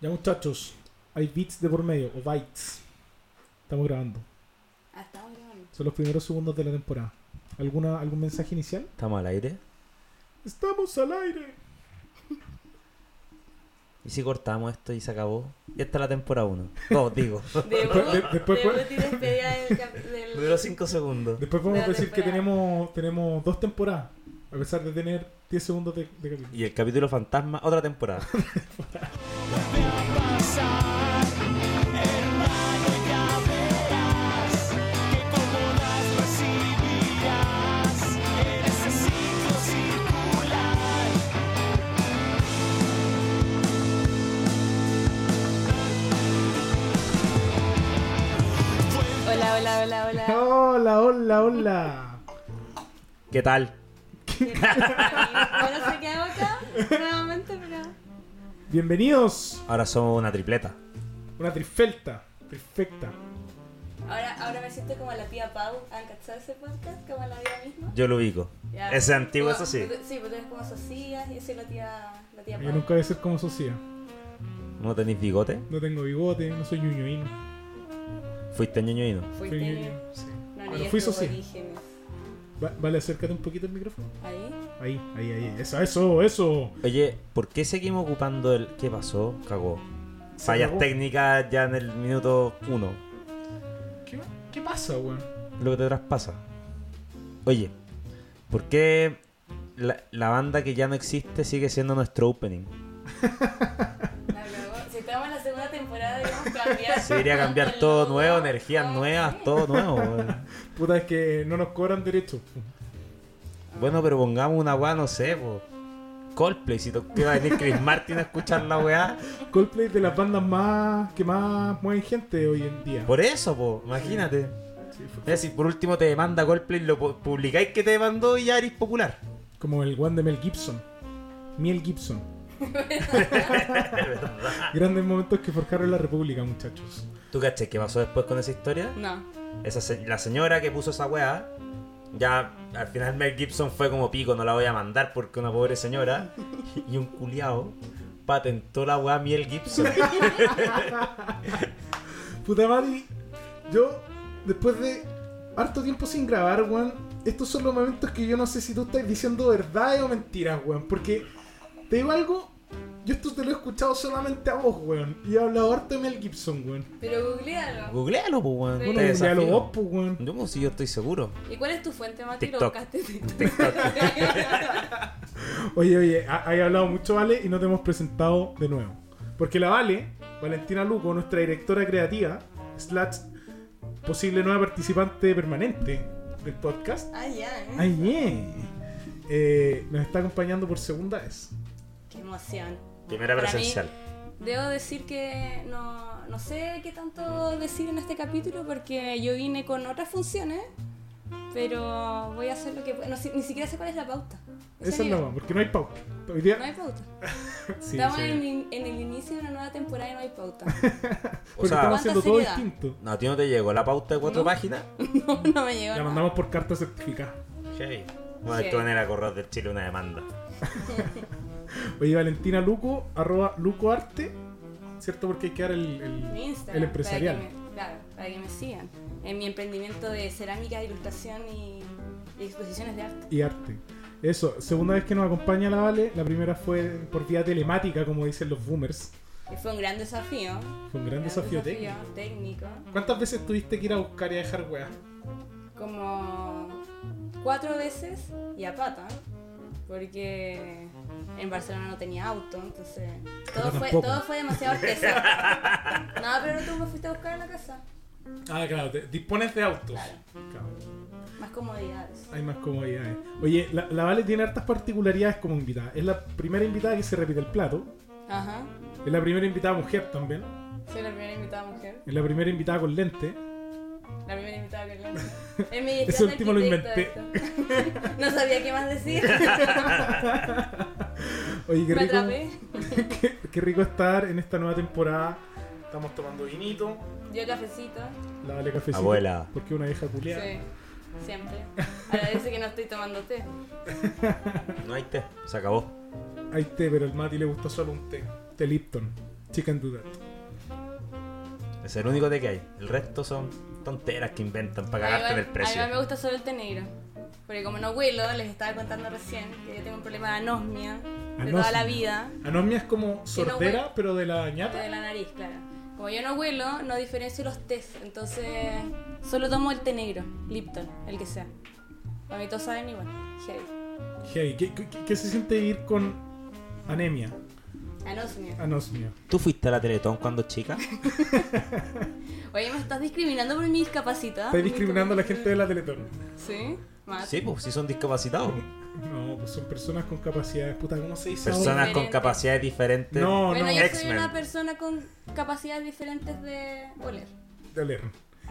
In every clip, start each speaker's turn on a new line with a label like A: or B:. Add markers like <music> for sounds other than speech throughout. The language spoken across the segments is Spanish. A: Ya muchachos, hay beats de por medio, o bytes. Estamos grabando.
B: Hasta ahora.
A: Son los primeros segundos de la temporada. ¿Alguna, ¿Algún mensaje inicial?
C: Estamos al aire.
A: Estamos al aire.
C: ¿Y si cortamos esto y se acabó? Y esta es la temporada 1. Dos, digo.
B: Debut,
A: Después- de- después-
B: debut y despedida del,
C: <laughs>
B: cap- del-
C: Duró 5 segundos.
A: Después podemos
B: La
A: decir que
B: temporada.
A: tenemos, tenemos dos temporadas, a pesar de tener 10 segundos de, de capítulo.
C: Y el capítulo fantasma, otra temporada.
B: Hola, hola, hola,
C: <laughs>
B: hola.
A: Hola, hola, hola.
C: ¿Qué tal?
B: bueno, se quedó acá nuevamente, pero.
A: Bienvenidos
C: Ahora somos una tripleta.
A: a una trifelta. Perfecta.
B: Ahora, ahora me siento como la tía Pau. ¿Han cachado ese podcast? Como la vida misma.
C: Yo lo ubico.
B: Ya.
C: Ese antiguo,
B: Como-
C: eso sí.
B: tú- Sí, pues tú eres como Socias y yo soy la tía, la tía Pau.
A: Yo nunca voy a ser como Socia.
C: ¿No tenéis bigote?
A: No tengo bigote, no soy ñoñoíno.
C: Fuiste ñoñoino.
B: Fuiste.
A: Soy ñoño.
B: No,
A: Bueno,
B: ni
A: fui
B: es tu
A: Socia.
B: orígenes.
A: Va- vale, acércate un poquito al micrófono.
B: Ahí.
A: Ahí, ahí, ahí. Eso, eso, eso.
C: Oye, ¿por qué seguimos ocupando el qué pasó? Cagó.
A: Se
C: Fallas
A: acabó.
C: técnicas ya en el minuto 1.
A: ¿Qué, qué pasa, weón?
C: lo que te traspasa. Oye, ¿por qué la, la banda que ya no existe sigue siendo nuestro opening?
B: La cagó. Si estamos en la segunda temporada,
C: <laughs>
B: debemos cambiar.
C: Se debería cambiar todo
B: logo,
C: nuevo, energías
B: todo, sí.
C: nuevas, todo nuevo. weón.
A: Puta, es que no nos cobran derechos.
C: Bueno, pero pongamos una weá, no sé, po. Coldplay, si to- que va a venir Chris Martin a escuchar la weá.
A: Coldplay es de las bandas más que más mueven gente hoy en día.
C: Por eso, po, imagínate.
A: Sí, fue-
C: Es decir, por último te demanda Coldplay, lo pu- publicáis que te demandó y ya eres popular.
A: Como el one de Mel Gibson. Miel Gibson. Grandes momentos que forjaron la República, muchachos.
C: ¿Tú caché qué pasó después con esa historia?
B: No.
C: Esa se- la señora que puso esa weá, ya al final Mel Gibson fue como pico, no la voy a mandar porque una pobre señora <laughs> y un culiao patentó la weá Miel Gibson.
A: Puta madre, yo después de harto tiempo sin grabar, weón, estos son los momentos que yo no sé si tú estás diciendo verdades o mentiras, weón. Porque te digo algo, yo esto te lo he escuchado solamente a vos, weón. Y he hablado harto de Mel Gibson, weón.
B: Pero googlealo.
C: Googlealo, pues weón.
B: Sí.
C: te
A: Uno
B: Te
A: ya
C: desafío.
A: lo vos, pues, weón.
C: Yo, pues, sí, yo estoy seguro.
B: ¿Y cuál es tu fuente, Mati? ¿Lo
C: TikTok.
B: buscaste en TikTok?
C: TikTok.
A: Oye, oye, ha- hay hablado mucho, Vale, y no te hemos presentado de nuevo. Porque la Vale, Valentina Luco, nuestra directora creativa, slash posible nueva participante permanente del podcast.
B: <laughs> ah, ya, ¿eh?
A: Ay, yeah. Eh, nos está acompañando por segunda vez.
B: Qué emoción.
C: Primera
B: Para mí-
C: presencial.
B: Debo decir que no, no sé qué tanto decir en este capítulo porque yo vine con otras funciones, pero voy a hacer lo que pueda. No sé- ni siquiera sé cuál es la pauta.
A: Esa
B: Ese
A: es la
B: nivel.
A: más, porque no hay pauta. Hoy día.
B: No hay pauta.
A: Sí,
B: Estamos
A: sí.
B: en, in- en el inicio de una nueva temporada y no hay
A: <laughs>
B: pauta.
C: O
A: Porque
C: sea,
A: estamos
B: ¿Cuánta
A: haciendo todo
B: seriedad?
A: distinto.
C: no, a ti no te llegó la pauta de cuatro
B: No.
C: páginas.
B: No, no me llegó.
A: La
B: nada.
A: mandamos por carta certificada.
C: Hey. Bueno, de
B: Sí.
C: esta manera correr del Chile una demanda.
A: Oye, Valentina Luco, arroba Lucoarte, ¿cierto? Porque hay que dar el, el-
B: Mi Instagram,
A: el empresarial.
B: Para que me, claro, para que me sigan. En mi emprendimiento de cerámica, ilustración y, y exposiciones de arte.
A: y arte. Eso, segunda vez que nos acompaña la Vale, la primera fue por vía telemática, como dicen los boomers.
B: Y fue un gran desafío.
A: Fue un gran desafío técnico.
B: técnico.
A: ¿Cuántas veces tuviste que ir a buscar y a dejar weas?
B: como cuatro veces y a pata, porque en Barcelona no tenía auto,
A: <laughs>
B: entonces todo,
A: Acá
B: fue,
A: tampoco.
B: todo fue demasiado pesado.
A: <laughs>
B: no, pero tú me fuiste a buscar a la casa.
A: Ah, claro, te- dispones de autos.
B: Claro.
A: Claro.
B: Más comodidades.
A: Hay más comodidades. Oye, la, la Vale tiene hartas particularidades como invitada. Es la primera invitada que se repite el plato.
B: Ajá.
A: Es la primera invitada mujer también.
B: Soy la primera invitada mujer,
A: Es la primera invitada con lente.
B: la primera invitada que
A: <laughs>
B: leo. Es mi
A: Ese
B: gran
A: último lo
B: arquitecto esto. <laughs> no sabía qué más decir.
A: Oye, <laughs> qué
B: me
A: rico,
B: atrapé.
A: qué, qué rico estar en esta nueva temporada. Estamos tomando vinito.
B: Yo cafecito,
A: La Vale cafecito.
C: Abuela.
A: Porque es una vieja culiada.
B: sí, siempre. Agradece que no estoy tomando té.
C: No hay té, se acabó.
A: Hay té, pero al Mati le gusta solo un té. Té Lipton. She can do that.
C: Es el único de que hay. El resto son tonteras que inventan para
B: A
C: cagarte
B: mí
C: en el precio.
B: A mí me gusta solo el té negro. Porque como no huelo, les estaba contando recién que yo tengo un problema de anosmia de toda
A: Anosmia.
B: la vida,
A: Anomia es como sordera,
B: huele.
A: pero de la ñata.
B: de la nariz, claro. Como yo no huelo, no diferencio los tés, entonces solo tomo el té negro, Lipton, el que sea. Para mí todos saben igual, heavy.
A: Heavy. ¿Qué, qué, qué se siente ir con anemia?
B: Anosmia.
A: Anosmia.
B: Ah,
C: ¿Tú fuiste a la Teletón
B: <laughs>
C: cuando chica?
B: Oye, me estás discriminando por mi discapacidad.
A: Estás discriminando a la gente de la Teletón.
B: Ah, Sí, más.
C: sí, pues, si son discapacitados.
A: No, pues son personas con capacidades. Puta, ¿cómo se dice? ahora?
C: Personas con
B: Diferente.
C: capacidades diferentes.
A: No,
B: Bueno,
A: no.
B: yo soy
C: X-Men.
B: una persona con capacidades diferentes de oler. <laughs>
A: De leer.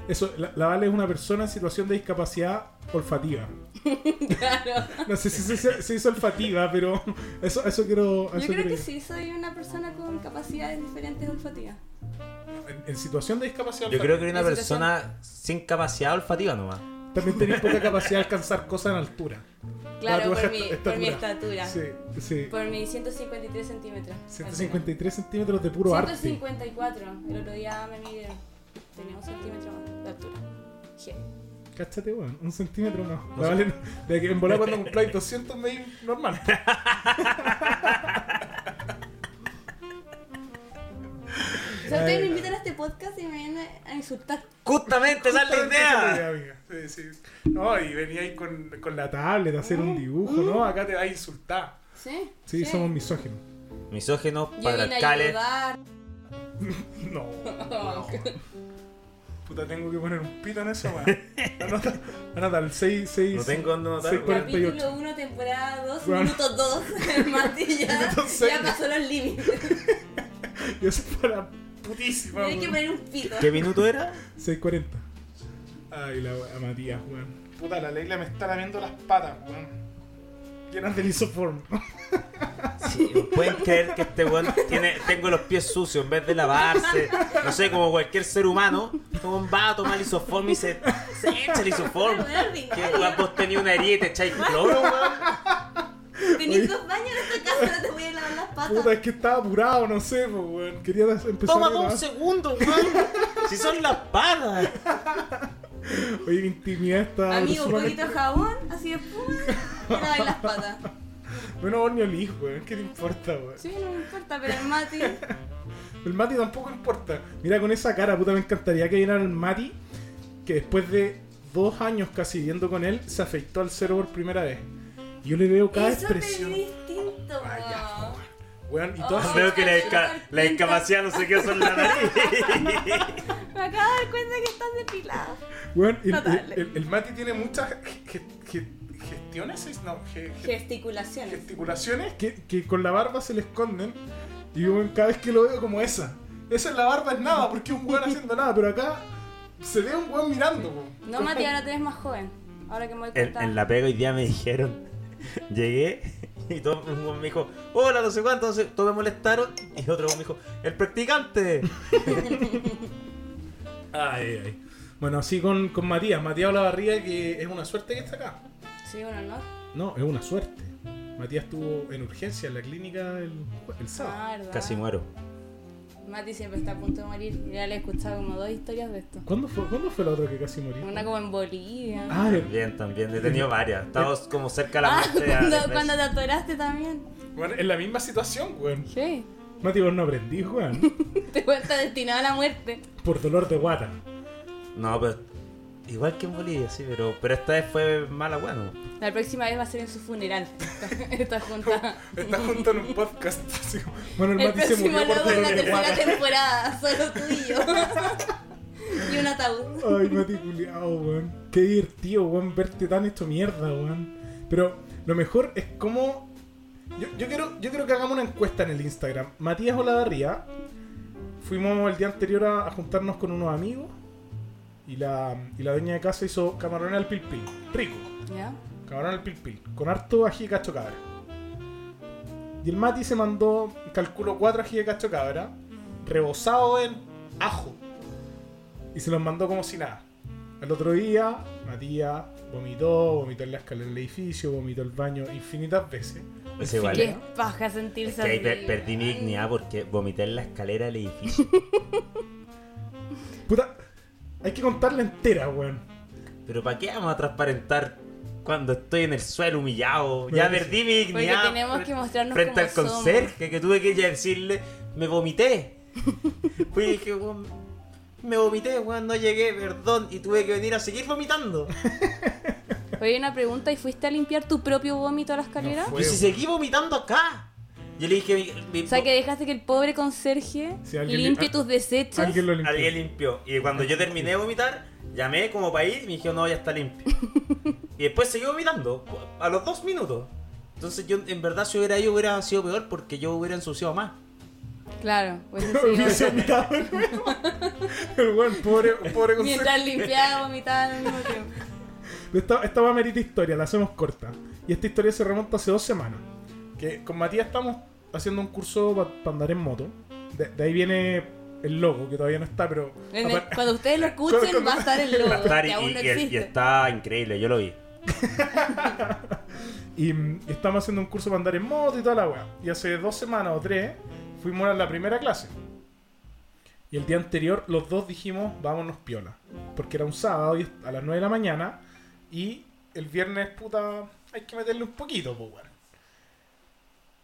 A: Eso, la, la Vale es una persona en situación de discapacidad olfativa.
B: claro.
A: No sé si se, se hizo olfativa, pero eso, eso quiero.
B: Yo
A: eso
B: creo
A: quiero
B: que
A: ir.
B: sí, soy una persona con capacidades diferentes olfativas.
A: En, en situación de discapacidad
C: Yo creo que eres una
B: La
C: persona sin capacidad olfativa nomás.
A: olfativa. También tenés poca capacidad de alcanzar cosas en altura.
B: Claro,
A: La- tu
B: por,
A: baja
B: mi,
A: est-
B: por mi estatura.
A: Sí, sí.
B: Por mis 153 centímetros.
A: 153 centímetros de puro arte.
B: 154. El otro día me midieron. Tenía un centímetro más de altura. Je.
A: Cáchate, weón. Un centímetro más. La Vale, no- de que en volar cuando cumpláis 200 me di normal.
C: <laughs>
B: O sea, ustedes me invitan a este podcast y me vienen a insultar.
C: Justamente esa es la
A: Justamente esa es la
C: idea.
A: idea, amiga. Sí, sí. No, y venía ahí con, con la tablet a hacer un dibujo, ¿no? Acá te va a insultar.
B: Mm, ¿Sí?
A: Sí,
B: Je.
A: somos
B: <laughs>
A: misóginos.
C: Misógenos,
B: Yo vine a
C: patriarcales.
B: ayudar.
A: No. no. Puta, tengo que poner un pito en eso,
C: <laughs>
A: weón. Anota, anota el 6, 6.
C: No tengo dónde anotar,
A: Sí,
C: weón.
A: cuarenta y ocho.
B: Capítulo 1, temporada 2,
A: Bueno.
B: minuto
A: <laughs>
B: 2. Mati ya,
A: Minuto seis.
B: ya pasó los límites.
A: <laughs> Yo soy para putísima,
B: Hay que
A: weón.
B: poner un pito.
C: ¿Qué minuto era?
A: 6.40. Ay, la wea, Matías, weón. Puta, la Leila me está lamiendo las patas, weón. Llenas de lisoform.
C: Sí, pueden creer que este weón tiene, tengo los pies sucios en vez de lavarse. No sé, como cualquier ser humano, toma un vato, toma lisoform y se, se echa lisoform. ¿Qué weón? Vos tenías una herida y te echáis cloro, weón.
B: Tenís dos baños en esta casa, no te voy a lavar las
A: <laughs>
B: patas.
A: Puta, es que estaba apurado, no sé, po, weón. Quería des- empezar
C: Toma
A: a grabar.
C: un segundo, weón. Si son las patas.
A: Oye, mi intimidad está.
B: Amigo, un
A: sumamente-
B: poquito de jabón, así de pum, y lavar las patas.
A: Bueno, vos ni olís, weón. ¿Qué te importa, weón?
B: Sí, no me importa, pero el Mati.
A: El Mati tampoco importa. Mira, con esa cara, puta, me encantaría que vieran al Mati, que después de dos años casi viviendo con él, se afeitó al cero por primera vez. Yo le veo cada
B: Eso te
A: expresión. Ah,
B: vi distinto,
A: Vaya,
B: weón.
A: Weón, y
B: Oh.
A: todas-
C: Veo que la, disca- la discapacidad no sé qué son la nariz.
B: Me acabo de dar cuenta que estás depilado.
A: weón, el,
B: Notable.
A: el- el- el Mati tiene muchas ge- ge- gestiones, ¿es? no, ge- ge-
B: Gesticulaciones.
A: gesticulaciones que, que con la barba se le esconden. Y yo cada vez que lo veo como esa. Esa en la barba es nada, porque es un weón haciendo nada, pero acá se ve un weón mirando. po.
B: No, Mati, ahora te ves más joven. Ahora que me doy
C: En,
B: cuenta.
C: en la pega hoy día me dijeron, llegué y todo un weón me dijo, hola, no sé cuánto, no sé, todos me molestaron. Y otro weón me dijo, el practicante.
A: Ay, ay. Bueno, así con, con Matías. Matías Olavarría, que es una suerte que está acá.
B: Sí, un honor.
A: No, es una suerte. Matías estuvo en urgencia en la clínica el, el sábado.
B: Ah, verdad.
C: Casi muero.
B: Mati siempre está a punto de morir. Ya le he escuchado como dos historias de esto.
A: ¿Cuándo fue, ¿Cuándo fue la otra que casi morí?
B: Una como en Bolivia.
A: Ah, el-
C: Bien, también, he tenido varias. Estamos como cerca de la
B: Ah,
C: muerte. de-
B: cuando,
C: de-
B: cuando te atoraste también.
A: bueno, es la misma situación, weón.
B: ¿Qué?
A: Mati, vos no aprendí, weón.
B: Te cuesta destinado a la muerte.
A: Por dolor de guata.
C: No, pero igual que en Bolivia, sí, pero, pero esta vez fue mala, bueno.
B: La próxima vez va a ser en su funeral. <laughs> Esta junta.
A: <laughs> Está junto en un podcast. así como- Bueno, el,
B: El
A: Mati se
B: próximo
A: murió por
B: logo de la
A: dolor de
B: tercera
A: guata.
B: temporada. <laughs> Solo tú y yo. <laughs> y un ataúd.
A: Ay, Mati culiao, weón. Qué divertido, weón, verte tan hecho mierda, weón. Pero lo mejor es cómo. Yo, yo quiero, yo quiero que hagamos una encuesta en el Instagram. Matías Olavarría. Fuimos el día anterior a, a juntarnos con unos amigos. Y la, y la dueña de casa hizo camarón al pilpil. Rico.
B: ¿Ya?
A: Camarón al pilpil. Con harto ají de cacho cabra. Y el Mati se mandó, calculo, cuatro ají de cacho cabra.
B: Mm.
A: Rebozado en ajo. Y se los mandó como si nada. Al otro día, Matías vomitó, vomitó en la escalera del edificio, vomitó el baño infinitas veces.
C: Es igual. ¿eh?
B: Qué
C: ¿no?
B: paja sentirse
C: Que ahí
B: así.
C: per- perdí mi dignidad porque vomité en la escalera del
B: <laughs>
C: edificio.
A: Puta, hay que contarla entera, weón.
C: Pero ¿para qué vamos a transparentar cuando estoy en el suelo humillado?
A: Pero
C: Ya
A: que
C: perdí mi dignidad.
B: tenemos
C: fre-
B: que mostrarnos
C: Frente
B: como
C: al conserje, que tuve que ir a decirle,
B: <laughs>
C: me vomité. Fui y dije, "Weón, me vomité, weón, no llegué, perdón, y tuve que venir a seguir vomitando.
B: Oye, una pregunta, ¿y fuiste a limpiar tu propio vómito a la escalera?
A: No
C: Yo si seguí vomitando acá. Yo le dije, mi- mi-
B: o sea, que dejaste que el pobre conserje
A: Si alguien-
B: limpie
A: ah,
B: tus desechos.
A: Alguien lo limpió.
C: alguien limpió. Y cuando yo terminé de vomitar, llamé como para ir y me dijeron, no, ya
B: <laughs>
C: está limpio. y después seguí vomitando, a los dos minutos. Entonces yo, en verdad, si hubiera ido, hubiera sido peor porque yo hubiera ensuciado más.
B: Claro,
A: <laughs>
B: pues sí,
A: <laughs> Hubiese
B: bueno.
A: vomitado de nuevo. El weón, pobre, pobre con
B: Mientras limpiaba, vomitaba al mismo
A: <laughs>
B: tiempo.
A: Esta, esta va a merita historia, la hacemos corta. Y esta historia se remonta hace dos semanas. Que con Matías estamos haciendo un curso para andar en moto. De, de ahí viene el logo, que todavía no está, pero.
B: En el-
A: apar-
B: cuando ustedes lo escuchen,
A: Cuando-
B: va a
A: <laughs>
B: estar el logo,
C: Estar
B: que
C: y-
B: aún no
C: y- y- y
B: existe.
C: está increíble, yo lo vi.
A: Y mm, estamos haciendo un curso para andar en moto y toda la weá. Y hace dos semanas o tres fuimos a la primera clase. Y el día anterior los dos dijimos, vámonos piola. Porque era un sábado y a las 9 de la mañana. Y el viernes, puta, hay que meterle un poquito, pues weón.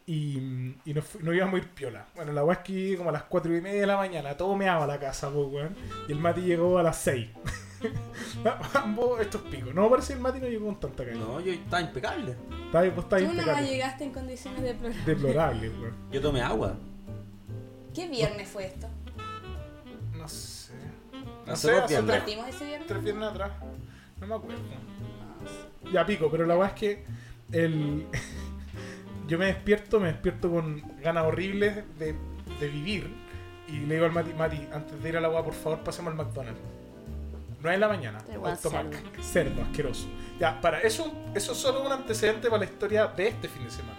A: Y, mm, y nos, fu- nos íbamos a ir piola. Bueno, la weá es que como a las 4 y media de la mañana, todo meaba la casa, pues weón. Y el Mati llegó a las <laughs> 6. Ambos estos picos. No parece que el Mati no llegó con tanta caña.
C: No, yo estaba impecable.
A: Está, vos estás
B: Tú nomás
A: impecable.
B: llegaste en condiciones de
A: <laughs>
B: plural.
A: Deplorable, weón.
C: Yo tomé agua.
B: ¿Qué viernes fue esto?
A: No sé. No
C: Hace
A: sé,
C: dos
A: hace
C: viernes.
A: tres,
B: ¿Partimos ese viernes?
A: tres viernes atrás. No me acuerdo. Ya pico, pero la verdad es que el... yo me despierto, me despierto con ganas horribles de, de vivir. Y le digo al Mati, Mati, antes de ir a la agua, por favor, pasemos al McDonald's. 9 de la mañana.
B: Pero igual
A: Automac. Cerdo, asqueroso. Ya, para eso, eso es solo un antecedente para la historia de este fin de semana.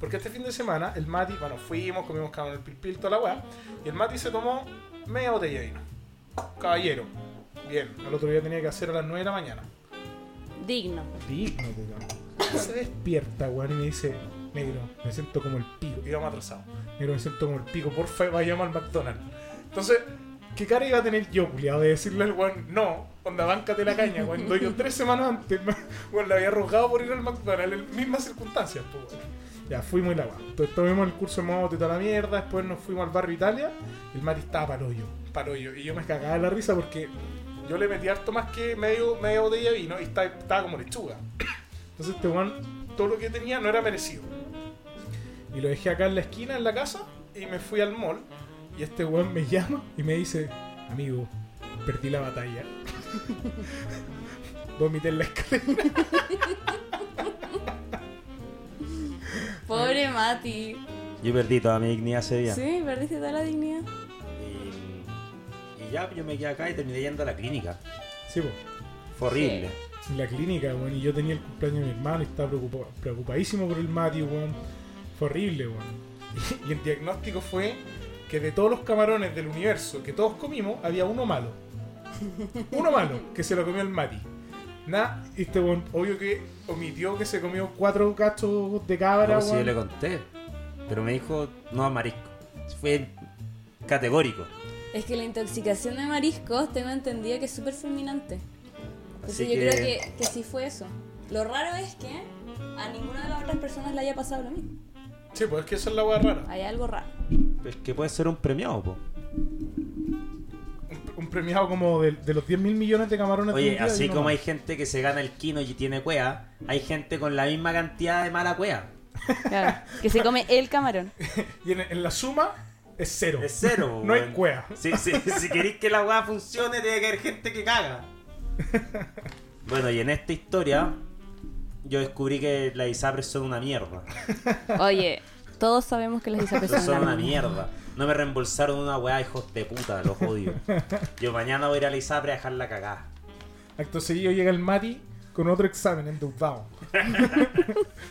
A: Porque este fin de semana, el Mati, bueno, fuimos, comimos cabrón el pilpil, toda la weá. Y el Mati se tomó media botella de vino. Caballero. Bien, al otro día tenía que hacer a las 9 de la mañana.
B: Digno.
A: Digno, weón. Se despierta, weón, y me dice, negro, me siento como el pico. Íbamos atrasados. Negro, me siento como el pico, porfa, vayamos al McDonald's. Entonces, ¿qué cara iba a tener yo, culiado, de decirle al weón, no, onda, bancate la caña, cuando yo tres semanas antes, <laughs> me- weón, la había rogado por ir al McDonald's, en mismas circunstancias, pues, weón. Ya, fuimos y la weón. Entonces tomamos el curso de moto y toda la mierda, después nos fuimos al barrio Italia, y el Mati estaba palollo, palollo. Y yo me cagaba de la risa porque yo le metí harto más que medio, media botella de vino y estaba, estaba como lechuga. Entonces este weón, todo lo que tenía no era merecido. Y lo dejé acá en la esquina, en la casa, y me fui al mall. Y este weón me llama y me dice, amigo, perdí la batalla. <laughs> Vomité en la escalera.
B: Pobre Mati.
C: Yo perdí toda mi dignidad ese día.
B: Sí, perdiste toda la dignidad.
C: Y, y ya, yo me quedé acá y terminé yendo a la clínica.
A: Sí, po.
C: Fue horrible.
A: En la clínica, weón, y yo tenía el cumpleaños de mi hermano y estaba preocupa- preocupadísimo por el Mati, weón. Fue horrible, weón. <laughs> Y el diagnóstico fue que de todos los camarones del universo que todos comimos, había uno malo. Uno malo, que se lo comió el Mati. Nah, y este weón, obvio que omitió que se comió cuatro cachos de cabra,
C: No, pues sí, yo
A: weón.
C: le conté. Pero me dijo, no, marisco. Fue categórico.
B: Es que la intoxicación de mariscos, tengo entendido que es súper fulminante. Entonces
C: Así
B: yo
C: que-
B: creo que, que sí fue eso. Lo raro es que a ninguna de las otras personas le haya pasado lo mismo.
A: Sí, pues es que esa es la weá rara.
B: Hay algo raro.
C: Es que puede ser un premiado, po.
A: Un, un premiado como de, de los 10 mil millones de camarones del
C: Oye,
A: día,
C: así
A: uno
C: como
A: malo.
C: hay gente que se gana el quino y tiene cuea, hay gente con la misma cantidad de mala cuea.
B: Claro, que se come el camarón.
A: Y en, en la suma, es cero.
C: Es <laughs> cero,
A: <laughs> No hay
C: weón.
A: cuea.
C: Si, si, <laughs> si queréis que la weá funcione, tiene que haber gente que <laughs> caga. Bueno, y en esta historia, yo descubrí que las ISAPRES son una mierda.
B: Oye, todos sabemos que las disapes
C: Son una mierda. No me reembolsaron una weá, hijos de puta, los odio. Yo mañana voy a ir a la ISAPRE a dejarla cagada.
A: Acto seguido llega el Mati con otro examen
C: <laughs>
A: endeudado.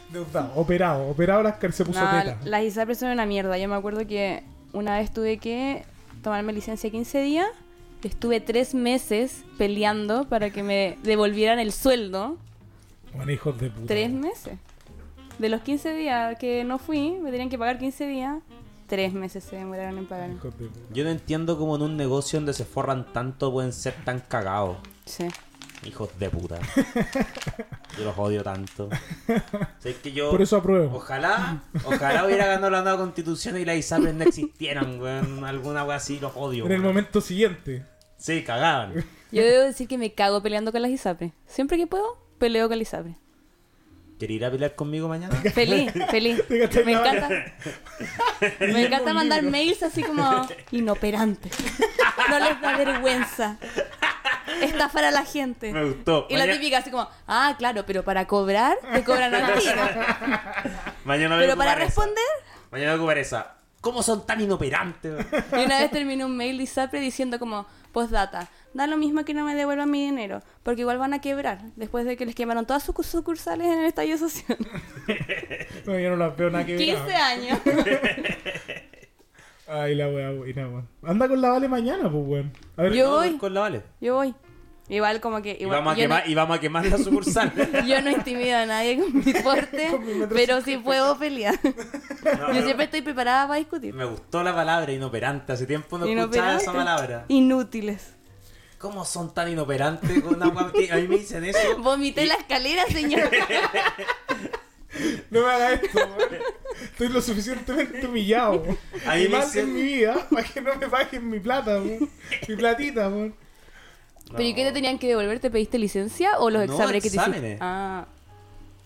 A: endeudado, operado, operado las cárceles, se puso teta.
B: las ISAPRES son una mierda. Yo me acuerdo que una vez tuve que tomarme licencia 15 días. Estuve tres meses peleando para que me devolvieran el sueldo.
A: Bueno, hijos de puta.
B: Tres meses. De los 15 días que no fui, me tenían que pagar 15 días. Tres meses se demoraron en pagar.
A: Hijo de-
C: Yo no entiendo cómo en un negocio donde se forran tanto pueden ser tan cagados.
B: Sí.
C: Hijos de puta. Yo los odio tanto. O sea, es que yo,
A: Por eso apruebo.
C: Ojalá, ojalá hubiera ganado la nueva constitución y las ISAPRES no existieran, weón. Alguna wea así, los odio.
A: En el
C: weón.
A: momento siguiente.
C: Sí, cagaban.
B: Yo debo decir que me cago peleando con las ISAPRE. Siempre que puedo, peleo con las ISAPRE.
C: ¿Quería ir a pelear
A: <laughs>
C: conmigo mañana?
B: Feliz,
C: <laughs>
B: feliz.
A: Te gasté
B: Me
A: la bala.
B: encanta. Me encanta mandar mails así como
C: <laughs>
B: inoperante. No les da vergüenza. Estafar a la gente.
C: Me gustó.
B: Y la
C: Maña-
B: típica así como, ah, claro, pero para cobrar, te cobran
C: <laughs>
B: al tiro.
C: Mañana voy a
B: Pero para
C: ocupar esa.
B: responder,
C: Mañana voy a ocupar esa. ¿Cómo son tan inoperantes? weón?
B: Y una vez terminó un mail de ISAPRE diciendo como, postdata, da lo mismo que no me devuelvan mi dinero, porque igual van a quebrar, después de que les quemaron todas sus sucursales en el estallido
C: <laughs>
B: social.
A: No, yo no las veo nada que ver. Ah,
B: 15 años.
A: Ay, la wea buena, weón. Anda con la Vale mañana, pues, weón. A ver,
B: Yo
C: No,
B: voy.
C: Con la vale.
B: Yo voy. Igual como que...
C: Y
B: igual-
C: vamos, a
B: yo, no,
C: quemar, y vamos a quemar la <laughs> sucursal.
B: yo no intimido a nadie con mi porte,
A: Con mi metro
B: pero sí puedo pelear.
C: No,
B: yo
C: no.
B: siempre estoy preparada para discutir.
C: Me gustó la palabra inoperante. Hace tiempo no escuchaba
B: Inoperantes.
C: esa palabra.
B: Inútiles.
C: ¿Cómo son tan inoperantes? Con una wea que a mí me dicen eso. <laughs>
B: Vomité la escalera, señor.
A: No me hagas esto, weón. Estoy lo suficientemente humillado. weón.
C: <laughs> A mí
A: Y
C: me
A: mal
C: hicieron-
A: en mi vida para que no me paguen mi plata, weón. Mi platita, weón.
B: ¿Pero y qué te tenían que devolver? ¿Te pediste licencia o los
C: No,
B: exámenes que te hiciste?
C: exámenes.
B: Ah,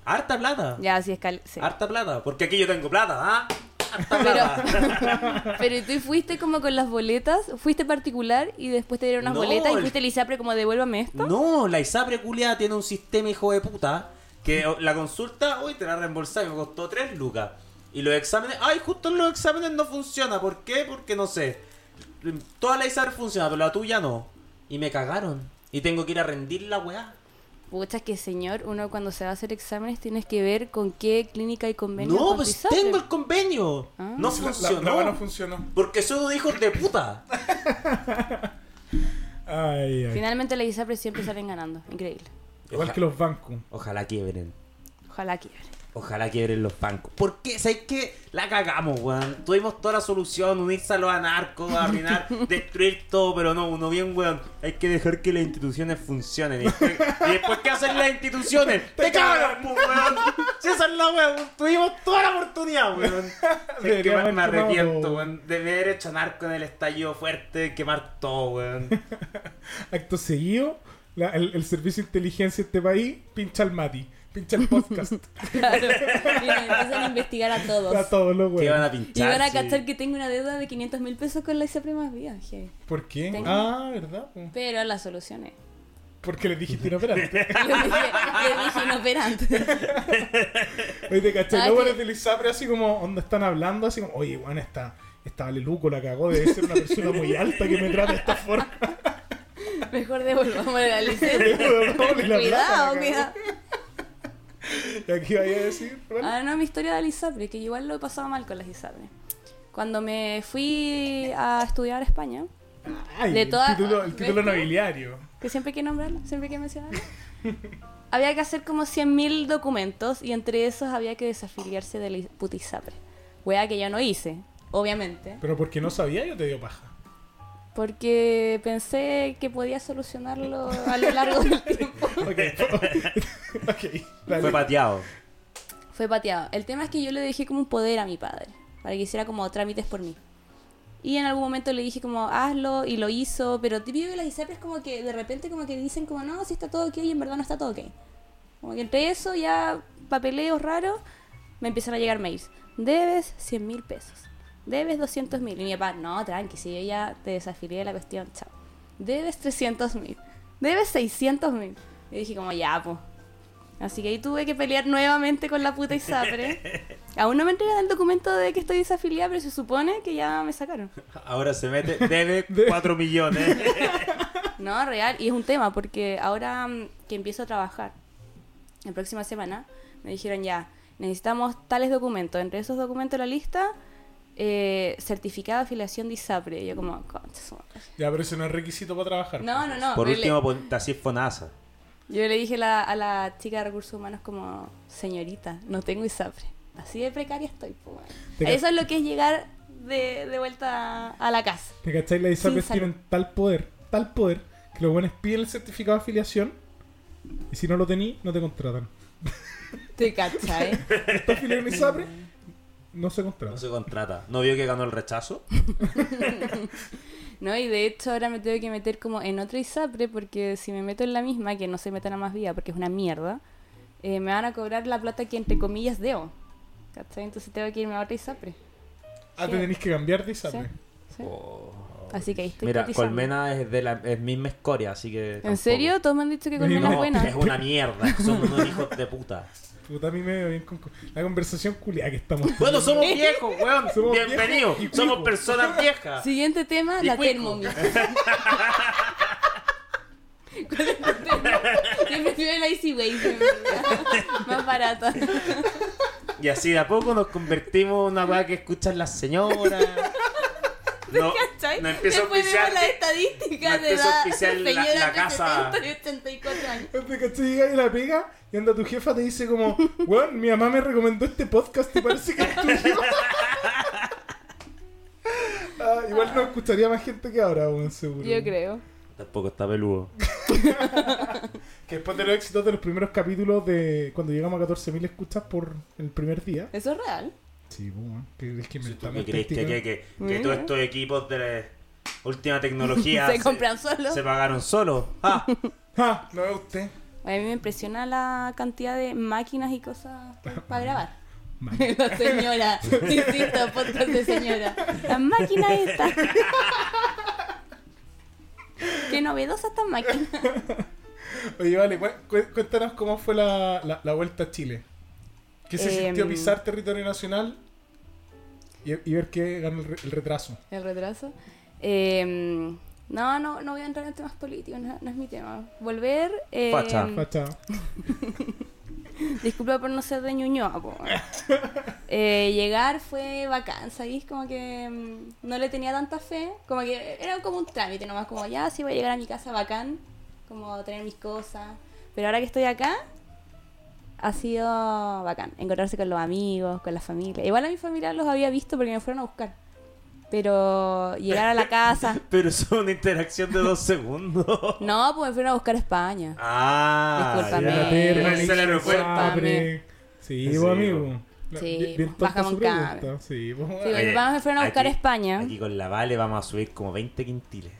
C: Harta plata.
B: ya, así escalera. Sí.
C: Harta plata, porque aquí yo tengo plata, ¿ah? Harta plata.
B: Pero, <laughs> pero ¿y tú fuiste como con las boletas, fuiste particular y después te dieron unas
C: No,
B: boletas y
C: el-
B: fuiste Lisapre como devuélvame esto.
C: No, la ISAPRE culiada tiene un sistema hijo de puta que o- la consulta, uy, te la reembolsáis, me costó 3 lucas. Y los exámenes, ay, justo en los exámenes no funciona, ¿por qué? Porque no sé. Toda la ISAPRE funciona, pero la tuya no. Y me cagaron. Y tengo que ir a rendir la weá.
B: Pucha que señor, uno cuando se va a hacer exámenes tienes que ver con qué clínica y convenio.
C: no,
B: con tu
C: pues
B: ISAPRE.
C: tengo el convenio.
B: Ah.
C: No
A: La-
C: funcionó.
A: La, wea no funcionó.
C: porque soy un hijo de puta.
A: Ay, ay.
B: Finalmente las ISAPRE siempre salen ganando, increíble.
A: Igual que los bancos.
C: Ojalá quiebren.
B: Ojalá quiebre.
C: Ojalá quiebren los bancos. ¿Por qué? ¿Sabes qué? La cagamos, weón. Tuvimos toda la solución, unirse a los
A: <laughs>
C: anarcos, arruinar, destruir todo, pero no, uno bien, weón. Hay que dejar que las instituciones funcionen. Y después, y después, ¿qué hacen las
A: <laughs>
C: instituciones? ¡Te cagan, po, weón! Si esa es la weón. Tuvimos toda la oportunidad,
A: <laughs>
C: weón. ¿Sabes qué?
A: Debería
C: me,
A: haber
C: me
A: quemado
C: arrepiento,
A: todo.
C: weón. De haber hecho anarco en el estallido fuerte, quemar todo, weón.
A: <laughs> Acto seguido, la- el, el servicio de inteligencia de este país pincha el Mati. Pincha el podcast.
B: <laughs> <laughs> Claro. Y nos empiezan a investigar a todos.
A: a todos los
C: Que van
A: weones.
C: a pinchar.
B: Y van a
C: sí.
B: cachar que tengo una deuda de 500 mil pesos con la ISAPRE más viaje.
A: ¿Por qué?
B: Tengo-
A: Ah, ¿verdad? po?
B: Pero la solución es.
A: Porque les dijiste inoperante.
B: <laughs> Le dije, le dije inoperante.
A: Oye, te
B: Ah,
A: caché. Luego
B: que-
A: les del ISAPRE así como, donde están hablando, así como, oye, weón, esta, esta Vale Luco la cagó, debe ser una persona muy alta que me trata de esta forma.
B: <laughs> Mejor devolvamos la licencia.
A: Devolvámosle la plata,
B: Cuidado,
A: la
B: cuidado.
A: cagó. Y aquí vaya a decir, bueno,
B: Ah, no, mi historia de la ISAPRE, que yo igual lo he pasado mal con las ISAPRE. Cuando me fui a estudiar a España,
A: ay,
B: Ah, de
A: el
B: todas-
A: título, el título
B: ¿ves tú?
A: nobiliario.
B: que siempre hay que nombrarlo, siempre hay que mencionarlo, <laughs> había que hacer como 100.000 documentos y entre esos había que desafiliarse de la is- puta ISAPRE. Wea que yo no hice, obviamente,
A: Pero porque no sabía, yo te dio paja. <laughs>
B: porque pensé que podía solucionarlo a lo largo del tiempo.
A: Ok,
C: <laughs>
A: <laughs> ok. dale.
C: Fue pateado.
B: Fue pateado. El tema es que yo le dejé como un poder a mi padre, para que hiciera como trámites por mí. Y en algún momento le dije como, hazlo, y lo hizo, pero típico de las ISAPRES como que de repente como que dicen como, no, si está todo ok, y en verdad no está todo ok. Como que entre eso ya papeleos raros, me empiezan a llegar mails. Debes 100 mil pesos. Debes 200 mil. Y mi papá, no, tranqui, si yo ya te desafilié de la cuestión, chao. Debes 300 mil. Debes 600 mil. Y dije como, ya, pues. Así que ahí tuve que pelear nuevamente con la puta ISAPRE. Aún no me entregan el documento de que estoy desafiliada, pero se supone que ya me sacaron.
C: Ahora se mete,
A: <laughs>
C: debe 4 millones.
B: No, real. Y es un tema, porque ahora mm, que empiezo a trabajar, la próxima semana, me dijeron ya, necesitamos tales documentos. Entre esos documentos la lista, eh, certificado de afiliación de ISAPRE. Y yo como, "Concha su madre".
A: Ya, pero eso no es requisito para trabajar.
B: No, no, no.
C: Por
B: pero le-
C: último, ponte así FONASA.
B: Yo le dije la- a la chica de recursos humanos como, señorita, no tengo ISAPRE. Así de precaria estoy, po, weón".
A: Te-
B: Eso es lo que es llegar de, de vuelta a la casa.
A: ¿Te cacháis? Las ISAPRES
B: Sin
A: tienen tal poder, tal poder, que los buenos piden el certificado de afiliación y si no lo tení, no te contratan.
B: Te cacha, ¿eh?
A: ¿Estás
C: <laughs>
A: afiliado en ISAPRE? No se contrata.
C: No se contrata. ¿No vio que ganó
B: <laughs>
C: el rechazo?
B: <laughs> No, y de hecho ahora me tengo que meter como en otra ISAPRE porque si me meto en la misma, que no se metan a más vía porque es una mierda, eh, me van a cobrar la plata que entre comillas debo. ¿Cachai? Entonces tengo que irme a otra ISAPRE.
A: Ah, te tenéis que cambiar de ISAPRE.
B: Sí. ¿sí?
C: Oh.
B: Así que ahí estoy
C: Mira,
B: cotizando.
C: Colmena es de la es misma escoria, así que. tampoco.
B: ¿En serio? Todos me han dicho que
A: No,
B: Colmena
C: No,
B: es buena.
C: es
B: <laughs>
C: una mierda. Son unos hijos de puta.
A: Puta, a mí me veo bien con... La conversación culiada que estamos teniendo.
C: <laughs>
B: <laughs>
C: Bueno, somos viejos, weón.
A: Somos
C: Bienvenidos.
A: viejos y
C: Somos
A: cuicos.
C: personas viejas.
B: Siguiente tema,
C: Y
B: la
C: cuico.
B: Thermomix. <laughs> ¿Cuál es tu tema? Yo prefiero la Easy Wave,
C: <laughs>
B: más barata.
C: Y así de a poco nos convertimos en una weá que escuchan las señoras.
B: <laughs>
C: No,
B: ¿Cachai?
C: no empiezo a
B: Después
C: oficiar.
B: vemos las estadísticas
C: no
B: de
C: empiezo a
B: edad de
C: auspiciar la-
B: señoras
C: la
B: de
C: casa.
B: 70 y 84 años.
A: Te cachai, llega y la pega y anda tu jefa te dice
C: <laughs>
A: como, weón, mi mamá me recomendó este podcast, ¿te parece que es
C: <laughs>
A: tuyo? Ah, igual no escucharía más gente que ahora, weón, seguro.
B: Yo creo.
C: Tampoco está peludo.
A: Que después de los éxitos de los primeros capítulos de cuando llegamos a 14.000 escuchas por el primer día.
B: Eso es real.
A: Sí, pues, weón, que es que
C: Si tú
A: inventamos
C: me crees que, que,
A: táctica.
C: que, que todos estos equipos de la
B: <laughs>
C: última tecnología
B: Se compran solo.
C: se pagaron solos.
B: <laughs>
C: Ah,
A: Ah, no es usted.
B: A mí me impresiona la cantidad de máquinas y
C: <laughs>
B: cosas para grabar.
A: Man.
B: <laughs> La señora, insisto, podcast de señora. Las máquinas <laughs> estas. Qué novedosa esta máquina.
A: <laughs> Oye, vale, cu- cu- cuéntanos cómo fue la, la, la vuelta a Chile. ¿Qué se
B: Em.
A: sintió pisar territorio nacional? Y, y ver que ganó el, re- el retraso.
B: El retraso. Eh, no, no, no voy a entrar en temas políticos, no, no es mi tema. Volver. eh,
C: Facha.
A: Facha.
B: Disculpa por no ser de Ñuñoa, po. Eh, llegar fue bacán, ¿sabéis? Como que mm, no le tenía tanta fe, como que era como un trámite nomás, como ya, sí voy a llegar a mi casa bacán, como tener mis cosas. Pero ahora que estoy acá, ha sido bacán, encontrarse con los amigos, con la familia. Igual a mi familia los había visto porque me fueron a buscar. Pero llegar a la casa...
C: pero es una interacción de dos segundos.
B: No, pues me fueron a buscar a España.
C: Ah,
B: Discúlpame.
C: ya.
B: Perro,
C: Yo pensé en el aeropuerto.
B: disculpa.
A: Abre. Sí,
C: Sí,
A: vos, amigo. La-
B: Sí,
A: bien- bien tonta
B: baja con
A: su
B: cable.
A: pregunta. Sí, pues, vos.
B: Sí, mis papás me fueron a buscar a
C: aquí-
B: España.
C: Aquí con la Vale vamos a subir como 20 quintiles.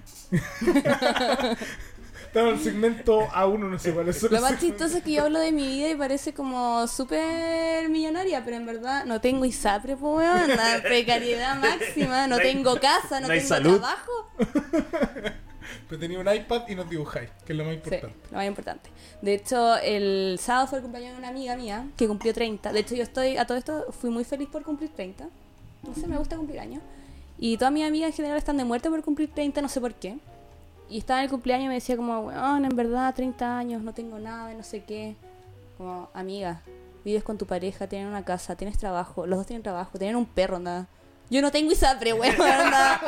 A: Estaba en el segmento A1, no sé cuál es.
B: Lo más chistoso es que yo hablo de mi vida y parece como súper millonaria, pero en verdad no tengo ISAPRE, po, weón. La
C: <laughs>
B: precariedad máxima. No
C: No hay-
B: tengo casa, no,
C: no hay
B: tengo
C: salud.
B: trabajo.
A: Pero tenía un iPad y nos dibujáis, que es lo más
B: Sí,
A: importante.
B: lo más importante. De hecho, el sábado fue el cumpleaños de una amiga mía que cumplió 30. De hecho, yo estoy, a todo esto, fui muy feliz por cumplir 30. No sé, me gusta cumplir años. Y todas mis amigas en general están de muerte por cumplir 30, no sé por qué. Y estaba en el cumpleaños y me decía como, weón, en verdad, 30 años, no tengo nada, no sé qué. Como, amiga, vives con tu pareja, tienen una casa, tienes trabajo, los dos tienen trabajo, tienen un perro, nada. Yo no tengo ISAPRE, weón, nada.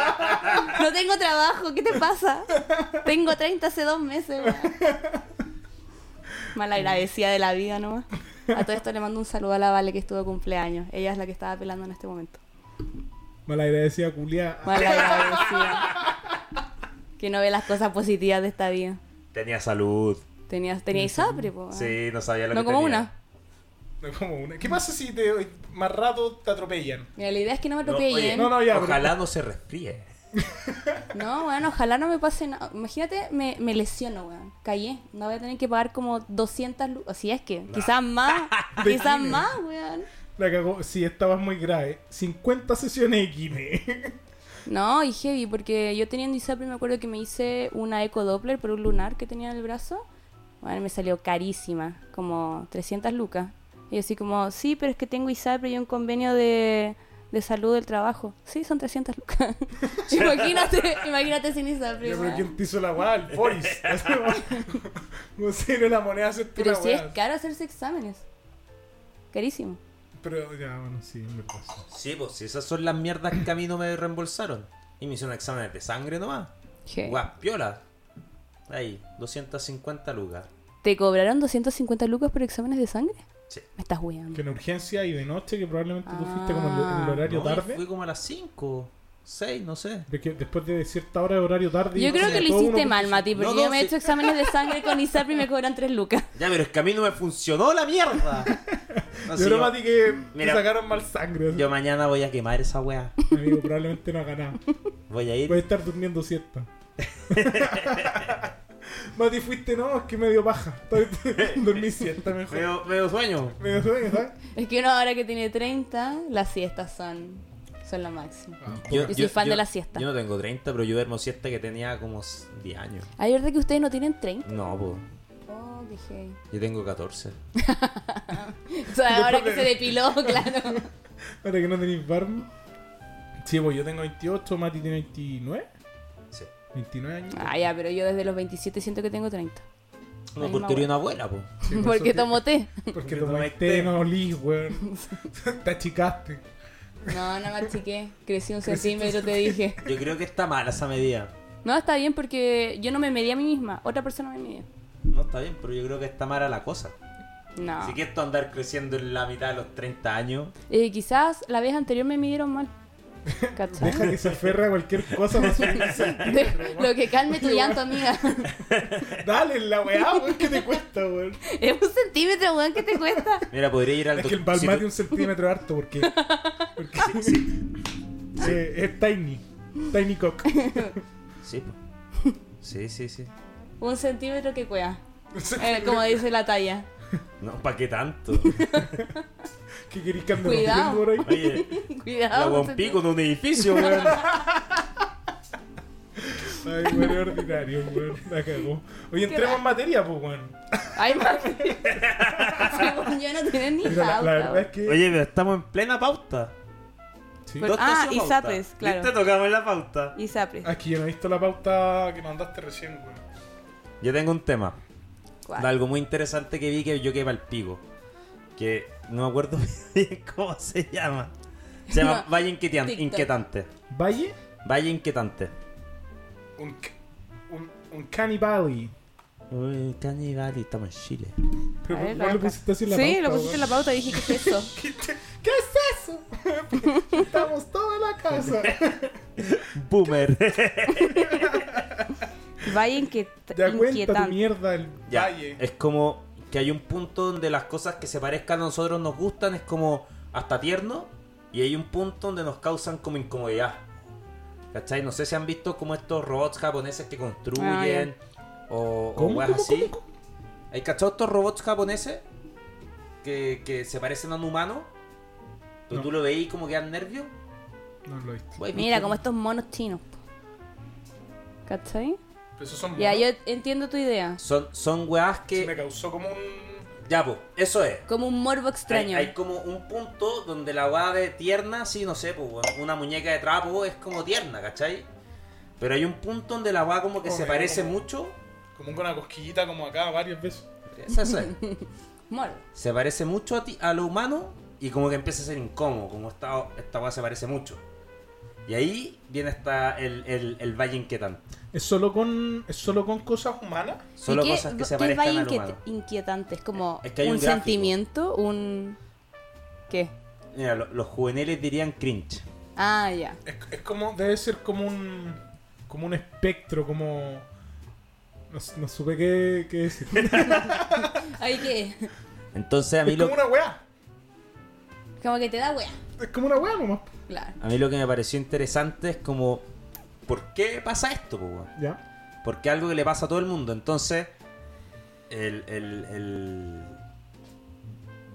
B: No tengo trabajo, ¿qué te pasa? Tengo 30 hace dos meses, weón. Malagradecida de la vida nomás. A todo esto le mando un saludo a la Vale que estuvo de cumpleaños. Ella es la que estaba pelando en este momento.
A: Malagradecida, culia. <laughs>
B: Malagradecida. Que no ve las cosas positivas de esta vida.
C: Tenía salud.
B: Tenía, tenía ISAPRE, po.
C: Sí, no sabía lo
B: No
C: que
B: como
C: tenía.
B: una.
A: No, como una. ¿Qué pasa si te, más rato te atropellan?
B: Mira, la idea es que no me
C: No, oye,
B: atropellen.
A: No, no, ya, pero-
C: Ojalá no se resfríe.
B: No, weón, ojalá no me pase nada. Imagínate, me, me lesiono, weón. Callé. No voy a tener que pagar como 200 lu- O Si es que, quizás más.
A: De
B: quizás
A: quine.
B: más, weón.
A: La cagó, sí, estabas muy grave. 50 sesiones de <laughs> quine.
B: No, y heavy, porque yo teniendo ISAPRE me acuerdo que me hice una eco Doppler por un lunar que tenía en el brazo. Bueno, me salió carísima, como 300 lucas. Y yo así como, sí, pero es que tengo ISAPRE y un convenio de, de salud del trabajo. Sí, son 300 lucas. <laughs> imagínate, imagínate sin ISAPRE.
A: Yo creo
B: weón.
A: que te hizo la weá, el
B: <laughs>
A: Boris. No sé, no la moneda hace tu
B: Pero
A: la
B: sí es
A: weá.
B: caro hacerse exámenes. Carísimo.
A: Pero ya, bueno, sí, en verdad. sí.
C: Sí, pues si esas son las mierdas que a mí no me reembolsaron. Y me hicieron exámenes de sangre nomás.
B: Heavy.
C: Guapiola. Ahí, 250 lucas.
B: ¿Te cobraron 250 lucas por exámenes de sangre?
C: Sí.
B: Me estás hueando.
A: Que en urgencia y de noche, que probablemente tú fuiste como en el- en el
B: Ah.
A: horario
C: No,
A: tarde.
C: Fui como a las 5, 6, no sé.
A: Porque después de cierta hora de horario tarde.
B: Yo
A: no
B: creo
A: sé,
B: que lo
A: todo uno
B: hiciste
A: puso-
B: mal, Mati, porque
C: No, no,
B: yo me he
C: sí.
B: hecho exámenes de sangre con ISAPRI y me cobran 3 lucas.
C: Ya, pero es que a mí no me funcionó
A: <laughs>
C: la mierda. No,
A: Yo
C: sí,
A: creo,
C: yo,
A: Mati, que
C: Mira.
A: te sacaron mal sangre. así.
C: yo mañana voy a quemar esa weá.
A: Mi Amigo, probablemente no ha ganado.
C: Voy a ir.
A: Puede estar durmiendo <laughs> siesta. Mati, fuiste, no, es que medio paja. <laughs> Dormí siesta mejor.
C: Medio, medio sueño.
A: Medio sueño, ¿sabes?
B: Es que una hora que tiene 30, las siestas son, son lo máximo.
A: Ah.
C: Yo,
B: soy fan de la siesta.
C: Yo no tengo 30, pero yo duermo siesta que tenía como 10 años.
B: Ay, ¿verdad que ustedes no tienen 30?
C: No, po.
B: Oh, qué heavy.
C: Yo tengo 14.
B: O sea, ahora que se depiló, claro.
A: Ahora que no tenéis barba. Sí, pues yo tengo 28, Mati tiene 29.
C: Sí.
A: 29 años.
B: Ah, ya, pero yo desde los 27 siento que tengo 30.
C: No,
B: Ay,
C: porque
B: ma-
C: era una abuela, po.
A: Sí, por eso
B: Porque
A: te-
B: tomo té.
A: Porque
C: Yo tomé
A: tomaste
C: té.
A: no olís, <laughs> weón. Te achicaste.
B: No, no me achiqué. Crecí un centímetro, te dije.
C: Yo creo que está mala esa medida.
B: No, está bien porque yo no me medí a mí misma. Otra persona me midió.
C: No está bien, pero yo creo que está mala la cosa.
B: No.
C: Así que esto andar creciendo en la mitad de los 30 años.
B: Eh, quizás la vez anterior me midieron mal. ¿Cachai?
A: Deja que se aferra a cualquier cosa para <laughs> subirse.
B: <laughs> De- Lo que calme tu llanto, amiga. <laughs>
A: Dale, la weá, weón, que te cuesta, weón.
B: Es un centímetro, weón, ¿qué te cuesta?
C: Mira, podría ir al
A: Es que el
C: doc- si
A: balmate
C: tú-
A: un centímetro harto porque. porque <laughs> Eh, es tiny. Tiny cock.
C: Sí,
A: <laughs>
C: po. sí, sí, sí.
B: Un centímetro
A: <laughs>
B: que cuea. Eh, como dice la talla.
C: No, ¿para
A: <laughs>
C: qué tanto?
A: que querís que ande
B: Cuidado.
A: rompiendo por ahí.
C: Oye, la
B: Cuidado. un
C: guampico en un
B: <laughs>
C: edificio, weón.
A: <laughs> Ay, weón, es ordinario, weón. La cagó. Oye, entremos en materia, pues, weón.
B: centímetro. Ay, mami. Según yo no tienen ni
A: Mira, la, la
B: pauta.
A: verdad es
B: weón.
A: que.
C: Oye, pero estamos en plena pauta.
A: Sí.
B: Pero- ah, y zapes, claro.
C: Te tocamos la pauta.
B: Y sapre.
A: Aquí yo no he visto la pauta que mandaste recién, weón.
C: Yo tengo un tema.
B: ¿Cuál?
C: de algo muy interesante que vi que yo quedé el pico. Que no me acuerdo <laughs> bien cómo se llama. Se llama
B: <laughs> No,
C: Valle Inquietan-
B: TikTok.
C: Inquietante.
A: Valle,
C: Valle Inquietante.
A: un, c- un, un canibali.
C: Uy, caníbal, y estamos en Chile.
A: Pero
B: A ver,
A: vos
B: la
A: lo
B: boca.
A: pusiste así en la pauta.
B: Sí, lo pusiste en la
A: weón.
B: pauta y dije, ¿qué es eso?
A: ¿Qué es eso? <laughs> Estamos toda la casa.
C: Boomer.
B: Vaya inquiet-
A: Ya cuenta tu
B: inquietante.
A: mierda el
C: Ya,
A: valle.
C: Es como que hay un punto donde las cosas que se parezcan a nosotros nos gustan, es como hasta tierno, y hay un punto donde nos causan como incomodidad. ¿Cachai? No sé si han visto como estos robots japoneses que construyen o, o
A: ¿Cómo,
C: weas
A: cómo,
C: así.
A: cómo, cómo?
C: ¿Hay cachado estos robots japoneses que, que se parecen a un humano? Pero
A: No.
C: tú lo veís como que dan nervios.
A: No lo he visto.
C: Güey,
B: Mira,
C: ¿viste?
B: como estos monos chinos. po. ¿Cachai?
A: Pero esos son
B: Ya,
A: monos.
B: yo entiendo tu idea.
C: Son, son weas
A: Se me
C: que...
A: causó como un.
C: Ya, po, eso es.
B: Como un morbo
C: Hay,
B: extraño.
C: hay como un punto donde la weá de tierna, sí, no sé, pues, weón, una muñeca de trapo es como tierna, ¿cachai? Pero hay un punto donde la weá como que
A: Como
C: se
A: medio
C: parece
A: como-
C: mucho.
A: Como una cosquillita como acá varias veces.
C: Esa es.
B: Morbo.
C: <laughs> se parece mucho a, ti, a lo humano y como que empieza a ser incómodo, como esta, esta weá se parece mucho. Y ahí viene hasta el, el, el valle inquietante.
A: ¿Es solo con, es solo con cosas humanas?
C: Solo
B: ¿Y qué-
C: cosas que se
B: qué es
C: parezcan
B: vaya
C: al
B: inquiet-
C: humano.
B: inquietante? Es como
C: Es que hay
B: un,
C: un gráfico.
B: sentimiento, un... ¿Qué?
C: Mira, lo- los juveniles dirían cringe.
B: Ah, ya.
A: Es, es como. Debe ser como un. Como un espectro, como. No, s- no supe qué, qué decir.
B: Ay, ¿qué?
C: Entonces a mí,
A: Es
C: lo,
A: como una weá.
B: Como que te da wea.
A: Es como una weá nomás.
C: <laughs>
B: Claro.
C: a mí lo que me pareció interesante es como, ¿por qué pasa esto? po, weón?
A: Ya.
C: Porque algo que le pasa a todo el mundo. Entonces, el, el- el-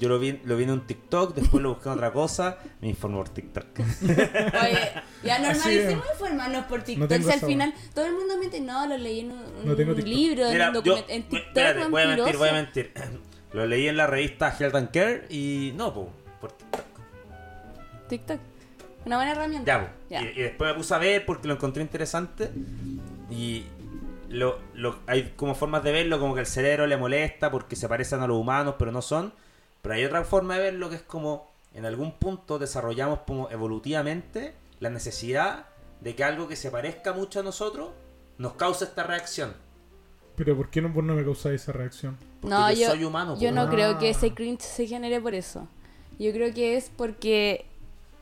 C: yo lo vi, lo vi en un TikTok, después lo busqué en otra cosa, me informó por TikTok.
B: Oye, ya normalicemos informarnos por TikTok.
A: tengo
B: si al
A: esa
B: final todo el mundo miente, no, lo leí en un,
A: No tengo
B: un
A: TikTok.
B: libro, en
C: Mira,
B: un
C: yo-
B: documento, en
C: me-
B: TikTok.
C: espérate, voy a mentir,
B: mentiroso.
C: voy a mentir. <clears throat> Lo leí en la revista Health and Care y no, po, por TikTok.
B: TikTok. Una buena herramienta.
C: Ya, po.
B: Ya.
C: Y, y después me puse a ver porque lo encontré interesante. Y lo, lo- hay como formas de verlo, como que el cerebro le molesta porque se parecen a los humanos, pero no son. Pero hay otra forma de verlo que es como en algún punto desarrollamos como evolutivamente la necesidad de que algo que se parezca mucho a nosotros nos cause esta reacción.
A: Pero ¿por qué no, vos no me causáis esa reacción?
C: Porque
B: no,
C: yo
B: yo,
C: soy humano, pues.
B: yo
C: po.
B: no
A: Ah.
B: creo que ese cringe se genere por eso. Yo creo que es porque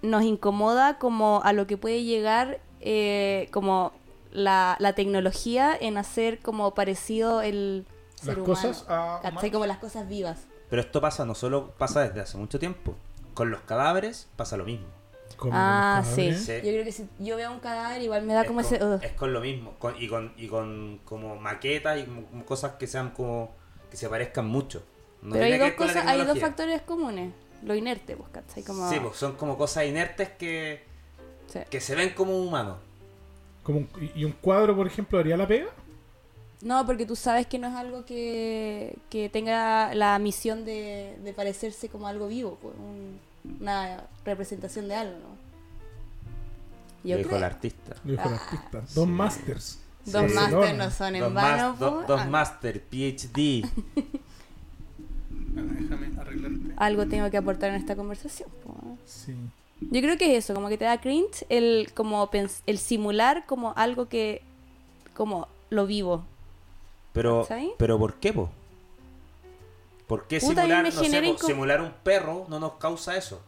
B: nos incomoda como a lo que puede llegar eh, como la, la tecnología en hacer como parecido el
A: Las
B: ser humano.
A: cosas a
B: ¿Cachai? Como las cosas vivas.
C: Pero esto pasa, no solo pasa desde hace mucho tiempo. Con los cadáveres pasa lo mismo.
A: Como
B: Ah,
A: los
B: sí.
A: cadáveres.
C: Sí.
B: Yo creo que si yo veo un cadáver igual me da como
C: es, con,
B: ese... uh. "Ugh".
C: es con lo mismo. con- y, con, y con como maquetas y como cosas que sean como. que se parezcan mucho. No
B: Pero
C: tiene
B: hay
C: que
B: dos,
C: ver con la
B: cosas, hay dos
C: tecnología.
B: factores comunes. Lo inerte, pues, ¿cachai? Como...
C: Sí, pues son como cosas inertes que,
B: sí.
C: que se ven como humanos.
A: Como un- y- ¿Y un cuadro, por ejemplo, haría la pega?
B: No, porque tú sabes que no es algo que, que tenga la misión de, de parecerse como algo vivo, pues, un- una representación de algo, ¿no? Yo
C: Dijo
B: creo.
C: el artista.
A: Lo dijo el artista. Dos masters.
B: Ah, Dos
A: Sí.
B: máster no son en
C: Dos,
B: vano,
C: mas- do-
B: pues,
C: dos
B: ah,
C: master,
B: <laughs>
C: PhD.
A: Déjame arreglarte.
B: algo tengo que aportar en esta conversación. pues.
A: Sí.
B: Yo creo que es eso, como que te da cringe el como pens- el simular como algo que como lo vivo.
C: Pero,
B: ¿Cachai?
C: pero ¿por qué, po? ¿Por qué
B: Puta, a mí
C: simular,
B: me
C: no sé,
B: genera
C: po,
B: incom-
C: simular un perro no nos causa eso?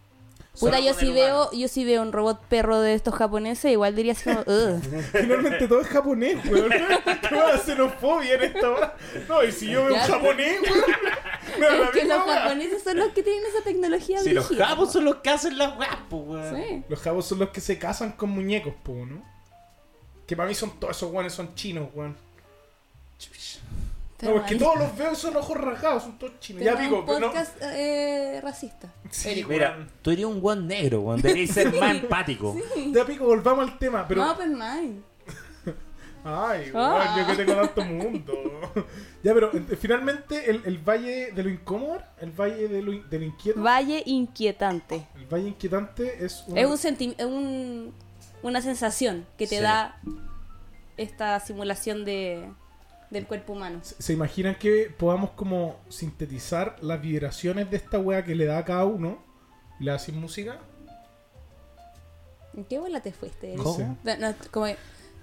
B: Puta,
C: Solo
B: yo
C: con
B: si
C: el
B: veo,
C: humano.
B: yo si veo un robot perro de estos japoneses, igual diría así como, "Ugh".
A: Finalmente todo es japonés, weón. <laughs> ¿Qué va a xenofobia en esta hora? No, y si yo veo un
B: Claro.
A: japonés, weón. me da la
B: Es que
A: misma
B: los
A: weá.
B: japoneses son los que tienen esa tecnología
C: Si los
B: brígida,
C: capos
B: po.
C: son los que hacen las weas, po, weón.
B: Sí.
A: Los jabos son los que se casan con muñecos, po, ¿no? Que para mí son todos esos weones, son chinos, weón. No,
B: Pero
A: porque
B: ahí-
A: todos los veo y son ojos rasgados, son todos chinos.
B: pero
A: Ya pico,
B: un
A: pero no.
B: podcast eh, racista.
A: Sí,
C: Mira,
A: weón.
C: tú eres un guan negro, weón. Deberías ser más empático.
A: Ya pico, volvamos al tema, pero.
B: No, pues mal.
A: Ay,
B: Ah.
A: weón, yo que tengo tanto mundo. <laughs> ya, pero eh, finalmente el, el valle de lo incómodo, el valle de lo, in- de lo inquieto.
B: Valle inquietante.
A: el valle inquietante es un.
B: Es un senti- es un- una sensación que te
C: Sí.
B: da esta simulación de, del cuerpo humano.
A: ¿Se se imaginan que podamos como sintetizar las vibraciones de esta wea que le da a cada uno y le da sin música?
B: ¿En qué bola te fuiste?
A: No
C: ¿Cómo?
A: sé.
B: No, no, como que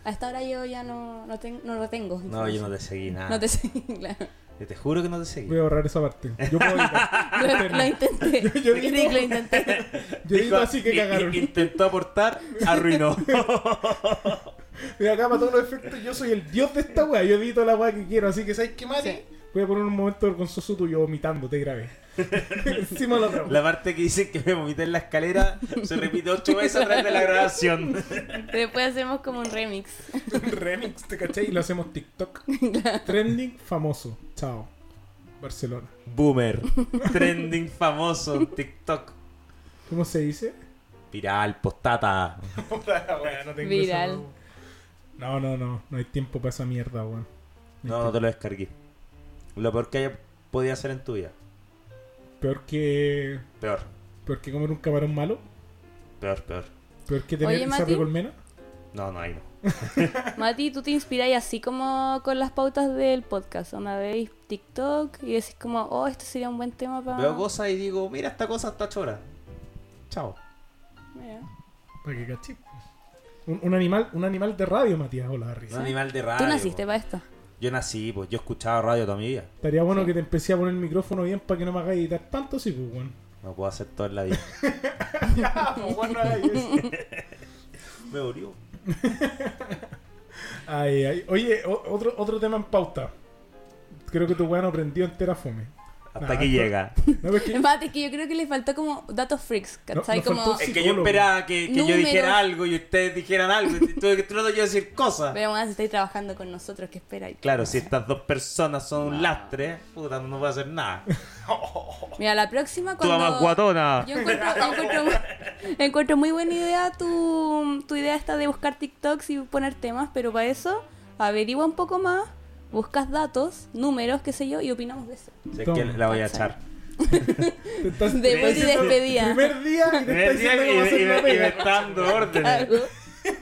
B: a esta hora yo ya no, no, ten- no retengo.
C: No, yo no te seguí nada.
B: No te sé, <laughs>
A: <laughs>
B: claro.
C: Yo te juro que no te seguí.
A: Voy a borrar esa parte. Yo puedo
B: <laughs>
A: editar.
B: Lo, lo intenté.
A: Yo- yo
B: Critic,
A: digo- <laughs>
B: lo intenté.
A: Yo
C: Dijo,
A: edito así <laughs> que
C: i-
A: cagaron.
C: i- Intentó aportar, arruinó.
A: Y acá para todos los efectos yo soy el dios de esta wea. Yo edito la wea que quiero. Así que ¿sabes qué, Mati? Voy a poner un momento vergonzoso tuyo vomitando, te <laughs> grabé. Encima de la otra wea.
C: la parte que dicen que me vomité en la escalera se repite ocho veces atrás de la grabación.
B: Después hacemos como un remix.
A: Un remix, ¿te cachai? Y lo hacemos
B: <laughs>
A: TikTok. Trending famoso. Chao. Barcelona.
C: Boomer. Trending famoso en TikTok.
A: ¿Cómo se <laughs> dice?
C: Viral, postata.
A: La wea, no tengo
B: Viral.
A: esa- No, no, no. No hay tiempo para esa mierda, weón.
C: No, no te lo descargué. Lo peor que haya podido hacer en tu vida.
A: Peor que.
C: Peor,
A: Peor que comer un camarón malo.
C: peor, peor.
A: Peor que tener
B: Oye,
A: esa
B: Mati.
A: colmena.
C: No, no, ahí no.
B: Mati, tú te inspiráis así como con las pautas del podcast. Una veis TikTok y decís como, oh, esto sería un buen tema para...
C: Veo cosas y digo, mira, esta cosa está chora. Chao.
B: Mira.
A: Para que cachis. Un, un animal, un animal de radio, Matías Olavarri.
C: Un animal de radio.
B: Tú naciste
C: po.
B: para esto. <laughs>
C: Yo nací, pues yo escuchaba radio toda mi vida.
A: Estaría bueno que te empecé a poner el micrófono bien para que no me hagas editar tanto, sí, pues, weón.
C: No puedo hacer todo en la vida.
A: Ah, pues, weón, no hagáis eso.
C: Me dolió.
A: Ay, ay. Oye, o- otro, otro tema en pauta. Creo que tu weón aprendió entera fome.
C: Hasta
A: Nah,
C: que
A: esto-
C: llega.
A: No, pero es que-
B: Mati, es que yo creo que le faltó como datos freaks, ¿cachai?
A: No, no
B: como...
A: faltó-
C: Es que yo
A: psicólogo.
C: esperaba que, que yo
B: Números.
C: dijera algo y ustedes dijeran algo. Y tuve que tratar yo de decir cosas.
B: Pero bueno, si estáis trabajando con nosotros, ¿qué esperáis?
C: Claro, si estas dos personas son un lastre, puta, no puedo hacer nada.
B: Mira, la próxima
C: Tú
B: cuando...
C: más guatona.
B: Yo encuentro, yo encuentro, muy- <laughs> encuentro muy buena idea tu, tu idea esta de buscar TikToks y poner temas, pero para eso averigua un poco más, buscas datos, números, qué sé yo, y opinamos de eso.
C: Si es que la voy a echar.
A: te estás-
B: Debut y
A: te estás diciendo-
B: despedida.
A: Primer día y te estás
C: Primer día
A: diciendo que
C: y
A: va a
C: me, y
A: ser
C: me-
A: la
C: y me
A: pega.
C: está dando órdenes. ¿Sabes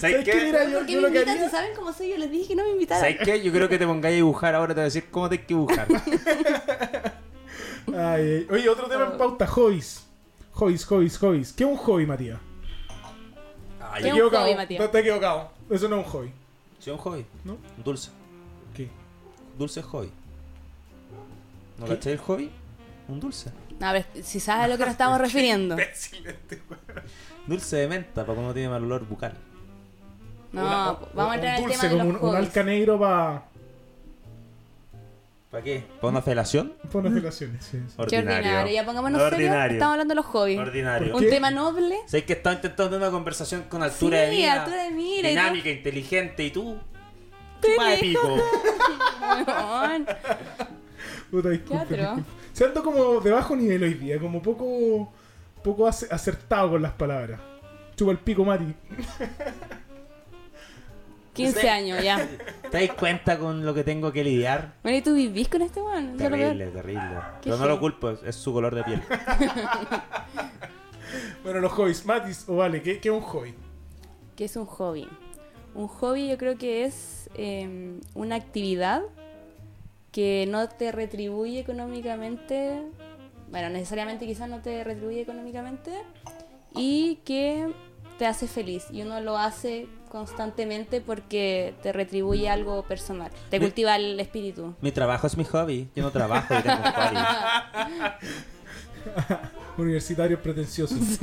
A: ¿Sabes qué?
C: qué?
A: Mira, yo,
B: Porque
A: yo
B: me
A: lo que
B: invitan,
A: haría...
B: si saben cómo soy, yo les dije que no me invitaran.
C: ¿Sabes qué? Yo creo que te pongáis a dibujar ahora, te voy a decir cómo te que dibujar.
A: Ay, ay. Oye, otro tema en pauta, hobbies. Hobbies, hobbies, hobbies. ¿Qué es un hobby, Matías?
C: Ay,
B: ¿Qué
C: yo-
B: es un hobby, Matías?
A: Te, te he equivocado. Eso no es un hobby.
C: ¿Sí, un hobby?
A: ¿No?
C: Dulce.
A: ¿Qué?
C: dulce hobby. ¿No
A: ¿Qué?
C: cachai el hobby? Un dulce.
B: A ver, si sabes a lo que
A: <laughs>
B: nos estamos refiriendo.
A: Imbécil este weón.
C: Dulce de menta, para cuando tiene mal olor bucal.
B: No,
A: Una-
B: Ah, vamos a entrar
A: Ah, un
B: al
A: dulce,
B: tema de los
A: como un, un
B: hobbies.
A: alca negro para
C: ¿Para qué? ¿Para una felación?
A: unas relaciones. Sí, sí.
B: Qué ordinario. Ya pongámonos serios.
C: Ordinario.
B: Estamos hablando de los hobbies.
C: Ordinario.
B: Un
A: ¿Qué?
B: tema noble. <laughs>
C: ¿Sabes que estaba intentando tener una conversación con altura
B: Sí,
C: de mira?
B: altura de mira, y
C: Dinámica, inteligente, y tú. Chupa de pico.
B: Weón.
A: Puta, disculpen.
B: Qué atro.
A: Se ando como de bajo nivel hoy día, como poco, poco ace- acertado con las palabras. Chupa el pico, Mati.
B: 15
C: Sí.
B: años ya.
C: ¿Te das cuenta con lo que tengo que lidiar?
B: Bueno, ¿y tú vivís con este weón? Eso es lo Ah, peor.
C: Terrible, terrible. Pero no
B: feo.
C: lo culpo, es, es su color de piel.
A: Bueno, los hobbies, Matis o Vale, ¿qué, qué es un hobby?
B: ¿Qué es un hobby? Un hobby yo creo que es eh, una actividad que no te retribuye económicamente, bueno, necesariamente quizás no te retribuye económicamente, y que te hace feliz. Y uno lo hace constantemente porque te retribuye algo personal, te
C: Mi-
B: cultiva el espíritu.
C: Mi trabajo es mi hobby. Yo no trabajo, yo tengo un hobby.
A: Universitarios
B: <laughs>
A: pretenciosos.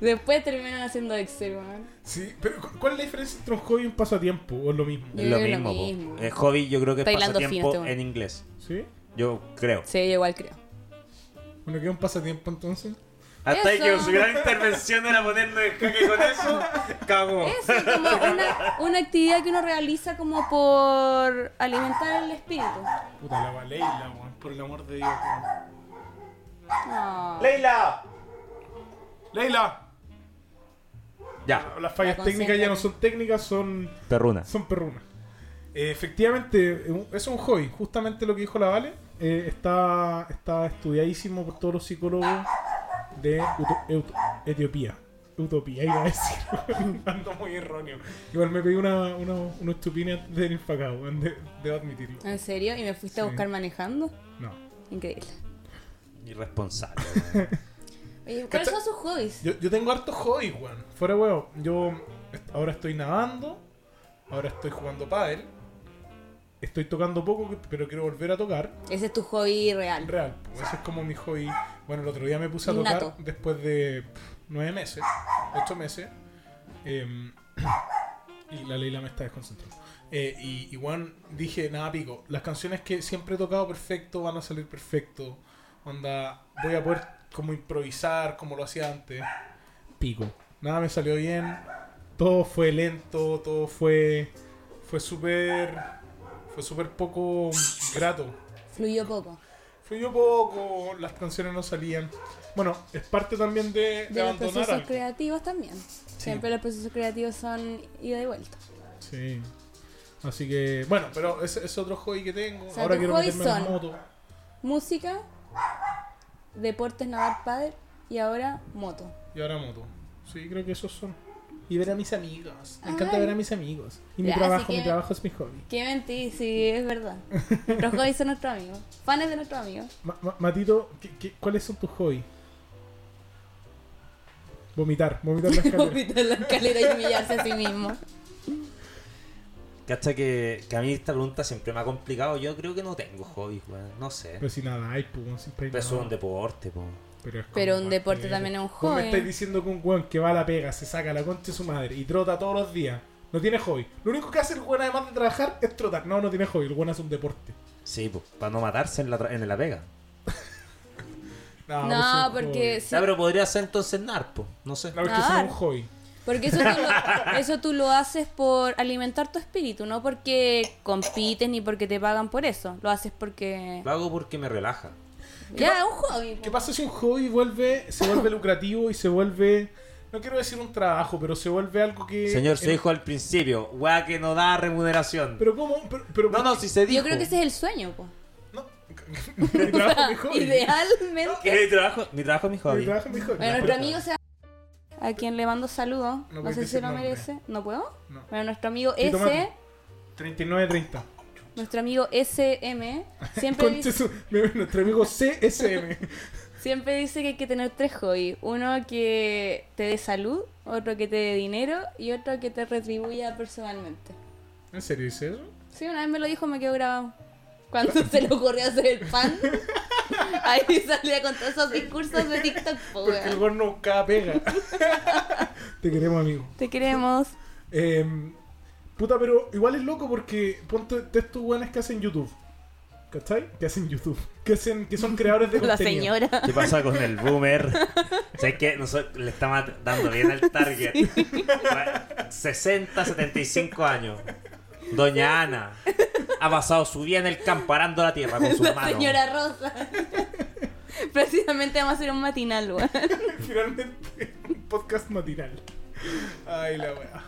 B: Después terminan haciendo Excel, weón.
A: Sí, pero cu- ¿cuál es la diferencia entre un hobby y un pasatiempo? ¿O es lo mismo?
B: <laughs> Yo
C: Es lo
B: creo
C: mismo.
B: lo
C: po.
B: mismo.
C: El hobby yo creo que es
B: Está hilando fino
C: pasatiempo
B: este weón.
C: en inglés.
A: ¿Sí?
C: Yo creo.
B: Sí, yo igual creo.
A: Bueno, ¿qué es un pasatiempo entonces?
C: Hasta ahí que
B: Eso.
C: su gran intervención era ponernos en jaque con eso, cagó.
B: Eso, como una, una actividad que uno realiza como por alimentar el espíritu.
A: Puta, la Valeila, weón, por el amor de Dios, weón.
B: No.
C: ¡Leila!
A: ¡Leila!
C: Ya,
A: Las fallas
B: La
A: técnicas ya
B: consienten.
A: no son técnicas, son,
C: perruna.
A: son perrunas. Eh, efectivamente, eh, un- es un hobby. Justamente lo que dijo la Vale eh, está, está estudiadísimo por todos los psicólogos de Uto- Eut- Etiopía. Utopía, iba a decir. <laughs> Ando muy erróneo. Igual me pedí una, una, unos chupines del infacado, weón, de- debo admitirlo.
B: ¿En serio? ¿Y me fuiste a
A: Sí.
B: buscar manejando?
A: No.
B: Increíble.
C: Irresponsable.
B: Oye, ¿Cuáles
A: Cacha-
B: son sus hobbies?
A: Yo, yo tengo hartos hobbies, weón. Fuera weón. Yo est- ahora estoy nadando. Ahora estoy jugando pádel. Estoy tocando poco, que- pero quiero volver a tocar.
B: Ese es tu hobby real.
A: Real. pues, Ese es como mi hobby. Bueno, el otro día me puse a tocar
B: Innato.
A: después de pff, nueve meses. Ocho meses. Em, y la Leila me está desconcentrando. Eh, y, y weón, dije, nada, pico. Las canciones que siempre he tocado perfecto van a salir perfecto. Onda, voy a poder como improvisar como lo hacía antes pico. Nada me salió bien. Todo fue lento, todo fue. Fue súper. Fue súper poco grato.
B: Fluyó poco.
A: Fluyó poco, las canciones no salían. Bueno, es parte también de, de
B: De los
A: abandonar
B: procesos
A: algo.
B: creativos también. Siempre los procesos creativos son ida y vuelta.
A: Sí. Así que, bueno, pero ese es otro hobby que tengo.
B: O sea,
A: Ahora
B: tus
A: quiero
B: hobbies
A: meterme en la
B: son-
A: moto.
B: Música, deportes, nadar, padre y ahora moto.
A: Y ahora moto. Sí, creo que esos son. Y ver a mis amigos. Me encanta
B: Ay.
A: ver a mis amigos. Y mi
B: Ah, Ya, así
A: trabajo,
B: que-
A: mi trabajo es mi hobby.
B: Qué mentí, sí, es verdad. Nuestros hobbies son nuestros amigos. Fans de nuestros amigos.
A: Ma- ma- Matito, ¿qué- qué- cuáles son tus hobbies? Vomitar, vomitar
B: <laughs>
A: las escalera.
B: Vomitar en la escalera y humillarse a sí mismo.
C: Cacha que, que a mí esta pregunta siempre me ha complicado. Yo creo que no tengo hobbies, weón. No sé.
A: Pero si nada, hay, pues, weón, siempre hay
C: Pero eso es
A: nada.
C: un deporte, po.
A: Pero es como
B: Pero un
A: parte
B: deporte
A: de-
B: también es un
A: Vos me
B: hobby.
A: estáis diciendo que un weón que va a la pega, se saca la concha de su madre y trota todos los días. No tiene hobby. Lo único que hace el weón además de trabajar es trotar. No, no tiene hobby. El weón hace un deporte.
C: Sí, po. Para no matarse en la, tra- en la pega.
A: No, pues pero
B: No, porque
A: es
B: sí,
C: Ya, pero podría ser entonces narpo. No sé.
A: un hobby. No, es que eso no es
B: Nadar.
A: un hobby. <laughs>
B: porque eso tú, lo, eso tú lo haces por alimentar tu espíritu, no porque compites ni porque te pagan por eso. Lo haces porque
C: Lo hago porque me relaja.
B: ya es un hobby.
A: ¿Qué
B: po.
A: pasa si un hobby vuelve, se vuelve lucrativo y se vuelve... No quiero decir un trabajo, pero se vuelve algo que...
C: Señor, se
A: en-
C: dijo al principio. Weá que no da remuneración.
A: Pero cómo... Pero, pero-
C: No, no, si se dijo.
B: Yo creo que ese es el sueño, po.
A: No. <laughs>
B: <laughs>
A: mi trabajo es mi hobby. <laughs>
B: Idealmente.
C: Que Mi trabajo, mi trabajo es mi
A: Mi
C: hobby.
A: trabajo es mi hobby.
B: Bueno, nuestro amigo se a quien le mando saludos, no,
A: puedes
B: sé si
A: decir
B: lo
A: nombre.
B: merece. ¿No puedo?
A: No.
B: Bueno, nuestro amigo
A: Y tomate.
B: S,
A: 39.30.
B: nuestro amigo
A: <laughs>
B: SM, siempre
A: Conche
B: dice
A: su- me- Nuestro amigo CSM.
B: Siempre dice que hay que tener tres hobbies. Uno que te dé salud, otro que te dé dinero y otro que te retribuya personalmente.
A: <laughs> ¿En serio dice eso?
B: Sí, una vez me lo dijo, me quedó grabado. Cuando <laughs> se le ocurrió hacer el pan, <laughs> ahí salía con todos esos discursos de TikTok, po,
A: Porque el
B: weón.
A: gorno nunca pega. Te queremos, amigo.
B: Te queremos.
A: Eh, puta, pero igual es loco porque ponte de estos weones que hacen YouTube. ¿Cachai? Que hacen YouTube. Que, hacen, que son creadores de
B: <laughs> La
A: contenido.
B: señora.
C: ¿Qué pasa con el boomer? sé que nosotros le estamos dando bien el target. 60, 75 años. Doña Ana ha pasado su vida en el campo arando la tierra con
B: <laughs>
C: sus
B: La
C: manos.
B: señora Rosa. <laughs> Precisamente vamos a hacer un matinal, weón.
A: <laughs> Finalmente, un podcast matinal. Ay, la weá.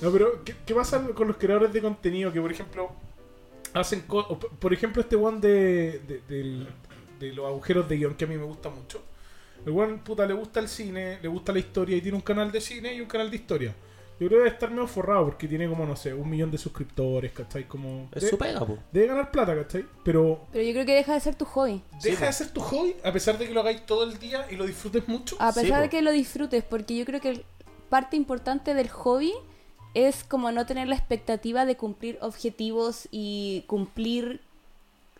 A: No, pero ¿qué, qué pasa con los creadores de contenido que, por ejemplo, hacen co- o p- Por ejemplo, este one de, de, del- de los agujeros de guión que a mí me gusta mucho. El one, puta, le gusta el cine, le gusta la historia y tiene un canal de cine y un canal de historia. Yo creo que debe estar medio forrado porque tiene como, no sé, un millón de suscriptores, ¿cachai? Como...
C: Es
A: de-
C: su pega, po.
A: debe ganar plata, ¿cachai? Pero
B: Pero yo creo que deja de ser tu hobby.
C: Sí,
A: deja de
C: po.
A: ser tu hobby a pesar de que lo hagáis todo el día y lo disfrutes mucho.
B: A
C: Sí,
B: pesar de
C: po.
B: que lo disfrutes, porque yo creo que el- parte importante del hobby es como no tener la expectativa de cumplir objetivos y cumplir...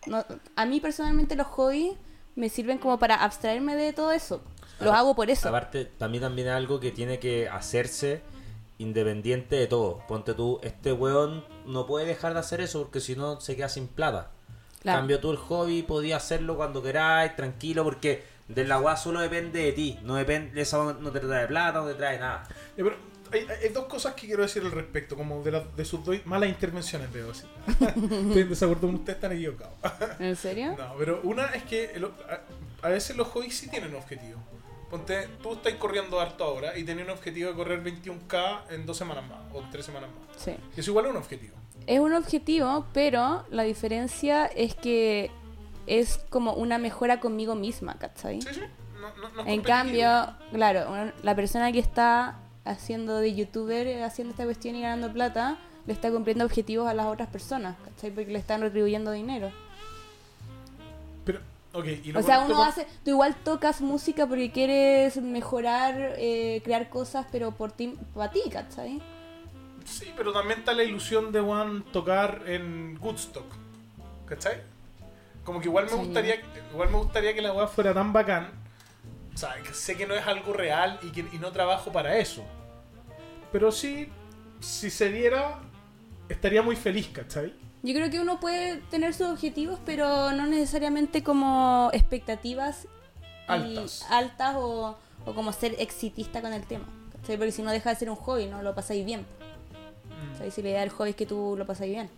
B: no- a mí personalmente los hobbies me sirven como para abstraerme de todo eso. Los
C: Ah,
B: hago por eso.
C: Aparte, para mí también es algo que tiene que hacerse independiente de todo. Ponte tú, este weón no puede dejar de hacer eso porque si no se queda sin plata.
B: Claro.
C: Cambio tú el hobby, podías hacerlo cuando queráis, tranquilo, porque del agua solo depende de ti. No depende, eso no te trae plata, no te trae nada.
A: Ya, pero hay, hay- hay dos cosas que quiero decir al respecto, como de, las- de sus dos malas intervenciones, veo así. <laughs> Estoy en desacuerdo con ustedes, están equivocados. <laughs>
B: ¿En serio?
A: No, pero una es que el- a, a veces los hobbies sí tienen objetivo. Ponte, tú estás corriendo harto ahora y tenés un objetivo de correr 21K en dos semanas más o tres semanas más.
B: Sí.
A: Es igual a un objetivo.
B: Es un objetivo, pero la diferencia es que es como una mejora conmigo misma, ¿cachai?
A: Sí, sí. No, no- no es
B: En
A: competitivo.
B: cambio, claro, un- la persona que está haciendo de youtuber, eh, haciendo esta cuestión y ganando plata, le está cumpliendo objetivos a las otras personas, ¿cachai? Porque le están retribuyendo dinero.
A: Pero, ok, y lo
B: O sea,
A: conecto
B: uno
A: con-
B: hace, tú igual tocas música porque quieres mejorar, eh, crear cosas, pero por ti, para ti, ¿cachai?
A: Sí, pero también está la ilusión de Juan tocar en Woodstock. ¿Cachai? Como que igual me
B: Sí.
A: gustaría, igual me gustaría que la weá fuera tan bacán. O sea, que sé que no es algo real y que y no trabajo para eso. Pero sí, si se diera, estaría muy feliz, ¿cachai?
B: Yo creo que uno puede tener sus objetivos, pero no necesariamente como expectativas y-
A: Altas.
B: altas o, o como ser exitista con el tema. ¿cachai? Porque si no deja de ser un hobby, no lo pasáis bien. ¿cachai? Si la idea del hobby es que tú lo pasáis bien.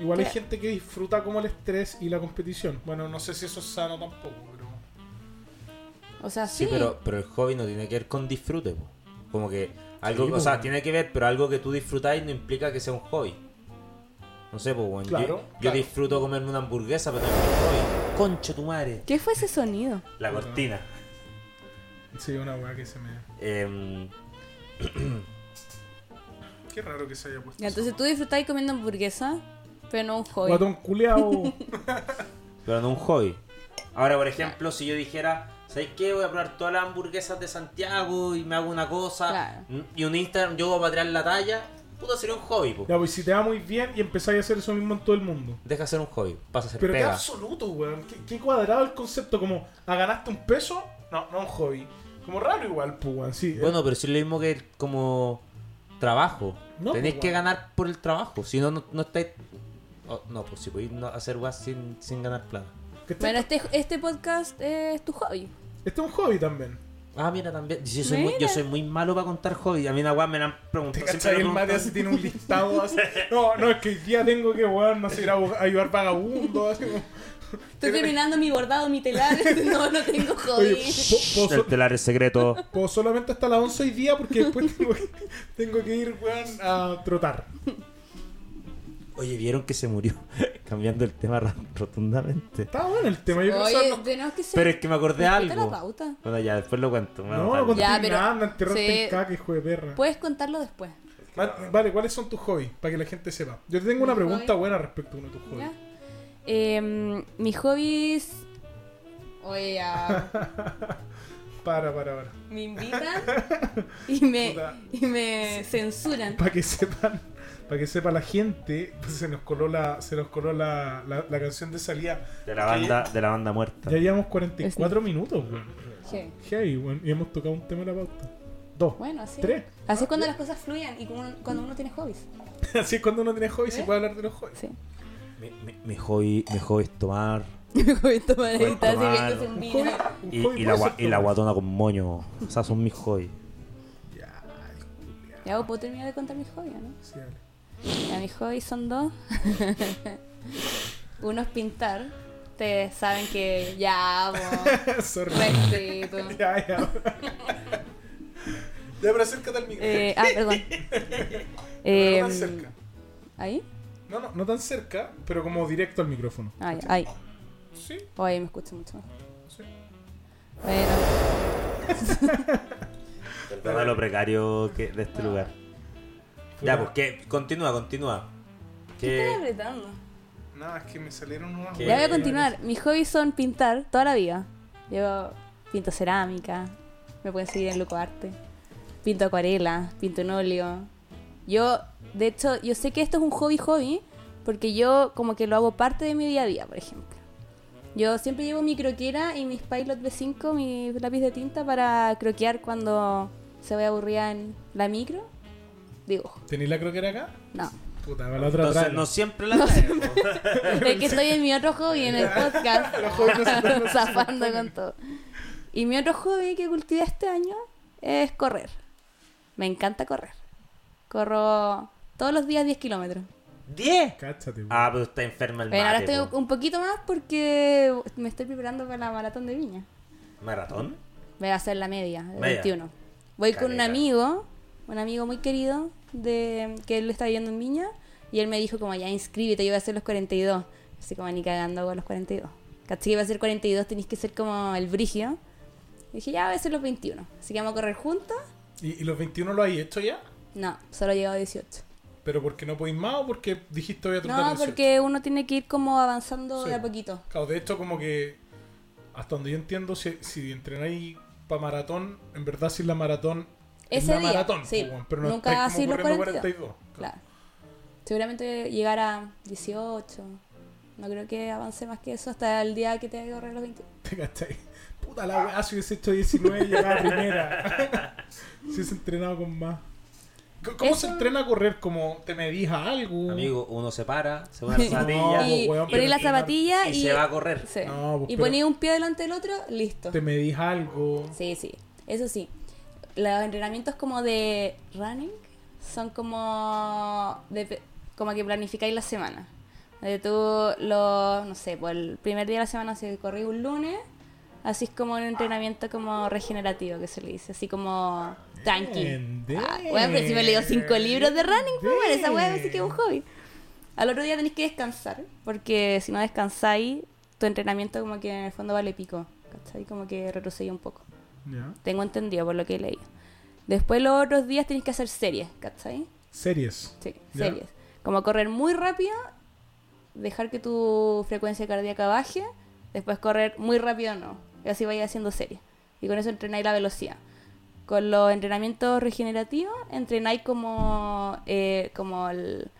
A: Igual hay
B: Claro.
A: gente que disfruta como el estrés y la competición. Bueno, no sé si eso es sano tampoco, pero.
B: O sea, sí.
C: Sí, pero, pero el hobby no tiene que ver con disfrute, po. Como que algo,
A: Sí,
C: o sea,
A: po.
C: tiene que ver, pero algo que tú disfrutáis no implica que sea un hobby. No sé, pues, bueno,
A: Claro,
C: yo, yo
A: claro.
C: disfruto comerme una hamburguesa, pero no es un hobby. Concho tu madre.
B: ¿Qué fue ese sonido?
C: La cortina.
A: Sí, una weá que se me.
C: Em,
A: Qué raro que se haya puesto.
B: Ya, entonces tú disfrutáis comiendo hamburguesa, pero no un hobby.
A: Guatón culeado.
C: pero no un hobby. Ahora, por ejemplo, si yo dijera, ¿sabes qué? Voy a probar todas las hamburguesas de Santiago y me hago una cosa
B: Claro.
C: n- y un Instagram, yo voy a tirar la talla, puto sería un hobby, po.
A: Ya, pues si te va muy bien y empezáis a hacer eso mismo en todo el mundo.
C: Deja de ser un hobby, pasa a ser
A: Pero qué
C: pega.
A: absoluto, weón. Qué, qué cuadrado el concepto. Como, ¿ah, ganaste un peso? No, no un hobby. Como raro igual, pues, weón. Sí. eh,
C: Bueno, pero si es lo mismo que el- como trabajo.
A: No,
C: Tenéis
A: pues,
C: que
A: weón.
C: ganar por el trabajo. Si no, no, no estáis. oh, no, pues si podéis no hacer weas sin, sin ganar plata.
A: que este,
B: Bueno, este, este podcast es tu hobby.
A: este es un hobby también.
C: Ah, mira también. Yo soy, muy, yo
B: Mira.
C: soy muy malo para contar hobbies. A mí una wea me la han
A: ¿Te
C: preguntado. siempre
A: cachai?
C: me
A: El mate
C: preguntan,
A: así tiene un listado así. No, no, es que hoy día tengo que, weón, no sé, ir a bu- a ayudar vagabundos. Así
B: <laughs>
A: como.
B: Estoy terminando mi bordado, mi telar. <laughs> No, no tengo hobby.
A: Oye, po- po-
C: El telar es secreto.
A: po- solamente hasta las 11 hoy día porque después tengo que, tengo que ir, weón, a trotar.
C: Oye, vieron que se murió. <laughs> Cambiando el tema ra- rotundamente.
A: Está bueno el tema. Yo creo que
B: Oye,
A: son los-
B: tenemos que ser.
C: Pero es que me acordé de
B: Respeta la
C: algo.
B: pauta.
C: Bueno, ya, después lo cuento. Bueno,
A: No, no
C: vale.
A: conté
B: Ya, pero-
A: nada, enterraste
B: sí.
A: en caca, hijo de perra.
B: Puedes contarlo después.
A: Va- Vale, ¿cuáles son tus hobbies? Para que la gente sepa. Yo te tengo una
B: Mis
A: pregunta
B: hobbies.
A: buena respecto a uno de tus hobbies.
B: ¿Ya? Em, mis hobbies. Oye, ya,
A: Para, para, para.
B: me invitan <laughs> y me,
A: Puta.
B: y me censuran.
A: Para que sepan. Para que sepa la gente, pues, se nos coló la, se nos coló la, la- la canción de salida.
C: De la banda, de la banda muerta.
A: Ya llevamos 44 minutos, weón.
B: Sí.
A: Heavy, weón. Y hemos tocado un tema de la pauta. Dos.
B: Bueno, así.
A: Tres.
B: Así es cuando las cosas fluyen y como un- cuando uno tiene hobbies.
A: <laughs> Así es cuando uno tiene hobby se puede hablar de los hobbies.
B: ¿Eh? Sí. <laughs>
C: Mi, mi- mi hobby, mi hobby es tomar.
B: Mi hobby tomar
C: Puedes
B: ahí, está
C: tomar.
B: sirviéndose un
A: Un
B: vino.
A: hobby, un
C: Y,
A: hobby
C: y la,
A: puede
C: gua-
A: ser
C: y la
A: todo.
C: guatona con moño. Esas son mis hobbies.
A: Ya, Julia.
B: Ya, ¿puedo terminar de contar mis hobbies, no?
A: Sí, dale. <laughs>
B: Ya, mis hobbies son dos. <laughs> Uno es pintar. Ustedes saben que ya,
A: <laughs>
B: vos,
A: Sorry.
B: respeto.
A: Ya, ya. <laughs> Ya, pero acércate al micrófono.
B: Eh, ah,
A: <laughs>
B: perdón.
A: Pero no
B: Em,
A: tan cerca.
B: ¿Ahí?
A: No, no, no tan cerca, pero como directo al micrófono.
B: Ah, ya, ahí.
A: Sí,
B: Oh, ahí me escucho mucho más.
A: sí.
B: Bueno,
C: Perdona lo precario que, de este lugar. Ya, pues que continúa, continúa.
B: ¿qué estás
C: Que
B: apretando?
A: Nada, es que me salieron unas
C: ¿Qué?
B: Ya voy a
C: Eh,
B: continuar. Mis hobbies son pintar toda la vida. Yo pinto cerámica, me pueden seguir en Lucoarte. Pinto acuarela, pinto en óleo. Yo, de hecho, yo sé que esto es un hobby hobby porque yo como que lo hago parte de mi día a día, por ejemplo. Yo siempre llevo mi croquera y mis Pilot B5, mi lápiz de tinta para croquear cuando se ve aburrida en la micro. Digo,
A: ¿Tenéis la croquera acá?
B: no.
A: Puta, para la otra
C: entonces
A: atrás.
C: no siempre la traigo.
B: <laughs> Es que estoy en mi otro hobby, en
A: <laughs>
B: el podcast.
A: Los hobbies no
B: <laughs>
A: se- no se
B: zafando con todo. Y mi otro hobby que cultivé este año es correr. Me encanta correr. Corro todos los días 10 kilómetros.
C: ¡Diez!
A: Cáchate, weón.
C: Ah, pero está enferma el
B: Pero ahora
C: mate.
B: estoy
C: po.
B: un poquito más porque me estoy preparando para la maratón de viña.
C: ¿Maratón?
B: Voy a hacer la media, de
C: Media.
B: 21. Voy con un
C: Caleta.
B: amigo, un amigo muy querido, de que él está viviendo en Viña, y él me dijo como, ya inscríbete, yo voy a hacer los 42. Así como, ni cagando con los 42. Caché que iba a ser 42, tenés que ser como el brigio. Y dije, ya voy a hacer los 21. Así que vamos a correr juntos.
A: ¿Y, y los 21 lo hay hecho ya?
B: No, solo he llegado a 18.
A: ¿Pero porque no podéis más o porque dijiste voy a tratar
B: No,
A: de hacer?
B: porque uno tiene que ir como avanzando
A: Sí.
B: de a poquito.
A: Claro, de hecho, como que hasta donde yo entiendo, si, si entrenáis para maratón, en verdad, si es la maratón. es
B: Ese
A: la
B: día,
A: maratón,
B: sí.
A: pues, weón, pero no
B: Nunca
A: estáis
B: así
A: como
B: los
A: corriendo
B: 42.
A: 42.
B: Claro. Seguramente llegar a 18. No creo que avance más que eso hasta el día que te que correr los 20.
A: <laughs> ¿Te cachai? Puta la weá, si hubiese hecho 19 y llegaba primera. <laughs> si hubiese entrenado con más. C- ¿Cómo se
B: Eso-
A: entrena a correr? ¿Como te medís a algo?
C: Amigo, uno se para, se pone la
B: Mm. <laughs> Sí.
C: zapatilla
A: pues,
B: y
A: weón,
B: poní
A: pero
B: la
A: y-
B: zapatilla y,
C: y se va a correr.
B: sí.
A: No, pues,
B: y
A: pero-
B: poní un pie delante del otro, listo.
A: ¿Te medís a algo?
B: Sí, sí. Eso sí. Los entrenamientos como de running son como de- como que planificáis la semana. De tú lo, no sé, por el primer día de la semana si corrí un lunes, así es como un entrenamiento como regenerativo que se le dice, así como tranqui.
A: Entender.
B: Ah, bueno, pero si me leo cinco libros de running, pues bueno, esa weá sí que es un hobby. Al otro día tenéis que descansar, porque si no descansáis, tu entrenamiento como que en el fondo vale pico, ¿cachai? Como que retrocedí un poco.
A: Ya.
B: Tengo entendido por lo que he leído. Después los otros días tienes que hacer series, ¿cachai?
A: Series.
B: Sí,
A: Ya.
B: series. Como correr muy rápido, dejar que tu frecuencia cardíaca baje, después correr muy rápido no. Y así vaya haciendo series. Y con eso entrenáis la velocidad. Con los entrenamientos regenerativos, entrenáis como, eh, como el,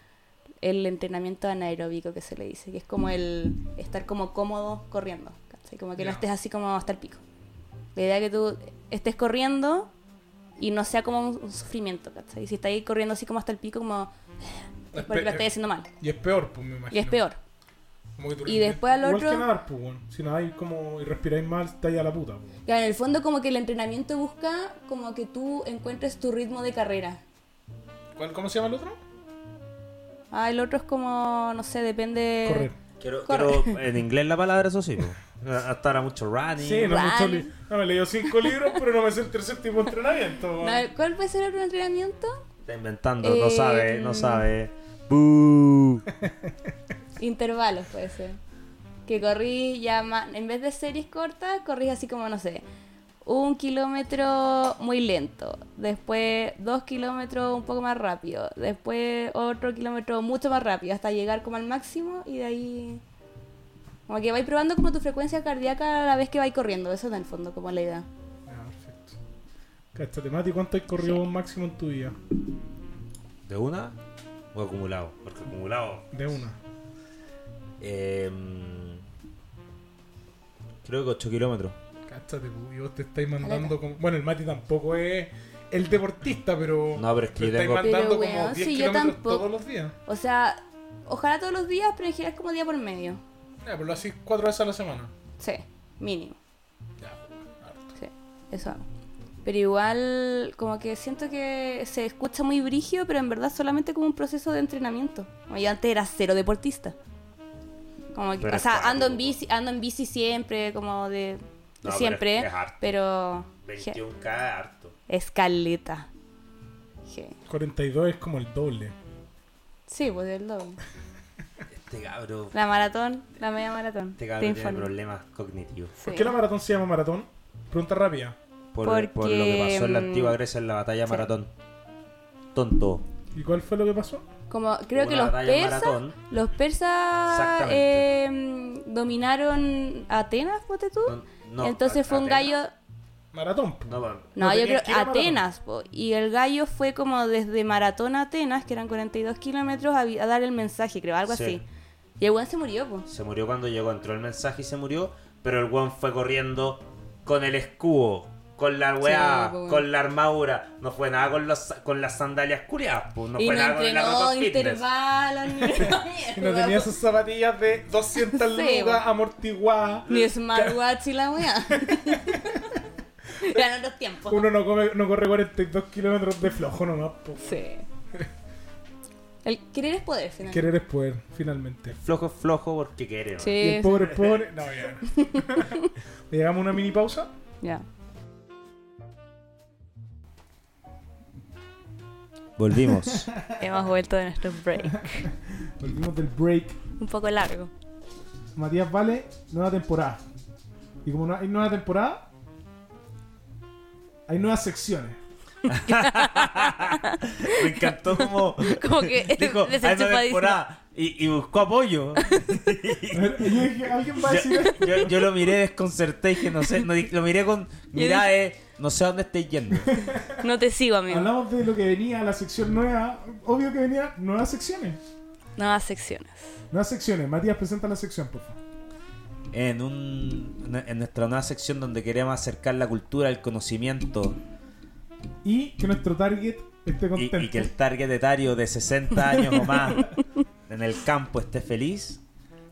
B: el entrenamiento anaeróbico que se le dice, que es como el estar como cómodo corriendo. ¿cachai? Como que no
A: Ya.
B: estés así como hasta el pico. La idea es que tú estés corriendo y no sea como un, un sufrimiento, ¿cachai? Si estáis corriendo así como hasta el pico, como es porque lo estáis haciendo mal.
A: Y es peor, pues me imagino.
B: Y es peor.
A: Como que tú-
B: Y después al otro-
A: Igual que nadar, pues, weón. Si nadáis como y respiráis mal, estáis a la puta, pues.
B: Claro, en el fondo como que el entrenamiento busca como que tú encuentres tu ritmo de carrera.
A: ¿Cuál, ¿Cómo se llama el otro?
B: Ah, el otro es como, no sé, depende...
A: Correr.
C: Quiero,
B: Corre. <laughs>
C: quiero- en inglés la palabra, eso sí. po. <laughs> Hasta ahora mucho running.
A: Sí, no,
B: Run.
A: mucho li- no me he leído cinco libros, pero no me sé el tercer tipo de entrenamiento.
B: No,
A: weón.
B: ¿Cuál puede ser el otro entrenamiento?
C: Está inventando, no
B: Eh,
C: sabe,
B: mm.
C: no sabe. Bú.
B: Intervalos puede ser. Que corrí ya más, en vez de series cortas, corrí así como, no sé, un kilómetro muy lento, después dos kilómetros un poco más rápido, después otro kilómetro mucho más rápido, hasta llegar como al máximo y de ahí... Como que vais probando como tu frecuencia cardíaca a la vez que vais corriendo, eso en el fondo como la idea.
A: Ah, perfecto. Cáchate, Mati, ¿cuánto has corrido vos máximo en tu vida?
C: ¿De una? O acumulado. Porque acumulado.
A: De una.
C: eh, creo que 8 kilómetros.
A: Cáchate, pu, y vos te estáis mandando como. Bueno, el Mati tampoco es el deportista, pero.
C: No, pero es que
A: te estáis
C: tengo-
A: mandando
B: Pero,
A: como
B: weón,
A: 10
B: si yo
A: kilómetros
B: tampoco-
A: todos los días.
B: O sea, ojalá todos los días, pero en general es como día por medio.
A: Ya, pero lo haces cuatro veces a la semana.
B: Sí, mínimo.
A: Ya, pues, harto.
B: Sí, eso. hago. Pero igual, como que siento que se escucha muy brigio, pero en verdad solamente como un proceso de entrenamiento. Como yo antes era cero deportista. Como que-
C: Pero
B: o sea,
C: está
B: ando en
C: como-
B: bici, ando en bici siempre, como de
C: pero
B: siempre,
C: es- es harto.
B: pero je-
C: 21k harto.
B: escaleta. Je.
A: 42 es como el doble.
B: Sí, pues del doble.
C: Este cabro,
B: La maratón, la media maratón.
C: este
B: te
C: cabro tiene
B: informo.
C: problemas cognitivos.
A: ¿Por
B: Sí.
A: qué la maratón se llama maratón? Pregunta rápida.
C: Por, por lo que
B: Porque,
C: pasó en la
B: mm,
C: antigua Grecia en la batalla
B: sí.
C: maratón. Tonto.
A: ¿Y cuál fue lo que pasó?
B: Como creo que
C: Una
B: los
C: batalla
B: persas,
C: maratón.
B: los persas
C: Exactamente.
B: em, dominaron Atenas, ponte tú.
C: No, no,
B: Entonces
C: a-
B: fue un
C: Atenas.
B: gallo.
A: Maratón. pues. pu.
C: No, bueno,
B: No,
A: No
B: yo creo
A: tenías que ir a maratón.
B: Atenas. po. Y el gallo fue como desde Maratón a Atenas, que eran 42 kilómetros, a, vi- a dar el mensaje, creo, algo
C: Sí.
B: así. Y el weón se murió, pues.
C: se murió cuando llegó, entró el mensaje y se murió, pero el weón fue corriendo con el escudo, con la weá,
B: po, pues, weón.
C: con la armadura, no fue nada con, los, con las sandalias curiadas, pues, no
B: y
C: fue
B: no
C: nada con la ropa
B: entrenó
C: fitness.
B: intervalos
C: <laughs>
B: ni una
A: Y no
B: mierda,
A: tenía
B: po.
A: sus zapatillas de 200
B: <laughs> Sí,
A: lucas amortiguadas.
B: Ni smartwatch y la
C: <laughs>
B: weá. Eran otros tiempos.
A: Uno no, come- no corre 42 kilómetros de flojo nomás. po.
B: Sí. El querer es poder, finalmente.
A: Querer es poder, finalmente.
C: Flojo es flojo porque quiere. weón.
A: Y el
B: Sí,
A: pobre es pobre. No, ya. Llegamos a una mini pausa.
B: ya.
C: Volvimos.
B: Hemos vuelto de nuestro break.
A: Volvimos del break.
B: Un poco largo.
A: Matías Vale, nueva temporada. Y como no hay nueva temporada, hay nuevas secciones.
C: <laughs> Me
B: <laughs>
C: encantó como
B: Como que
C: dijo, "Ah, hay una
B: <laughs> desenchufadísimo.
C: temporada y, y
B: <laughs>
C: buscó apoyo.
A: A ver, yo dije, ¿alguien va
B: Ah,
A: a decir
C: Yo, yo- yo lo miré desconcerté y dije, no sé, no di- lo miré con mirada de, no sé a dónde estáis yendo.
B: No te sigo, amigo.
A: Hablamos de lo que venía, la sección nueva. Obvio que venía nuevas secciones.
B: Nuevas secciones.
A: Nuevas secciones. Matías, presenta la sección, por favor.
C: en, un, en nuestra nueva sección donde queremos acercar la cultura al conocimiento
A: Y que nuestro target esté
C: y,
A: contento.
C: y que el target etario de 60 años o <laughs> más en el campo esté feliz,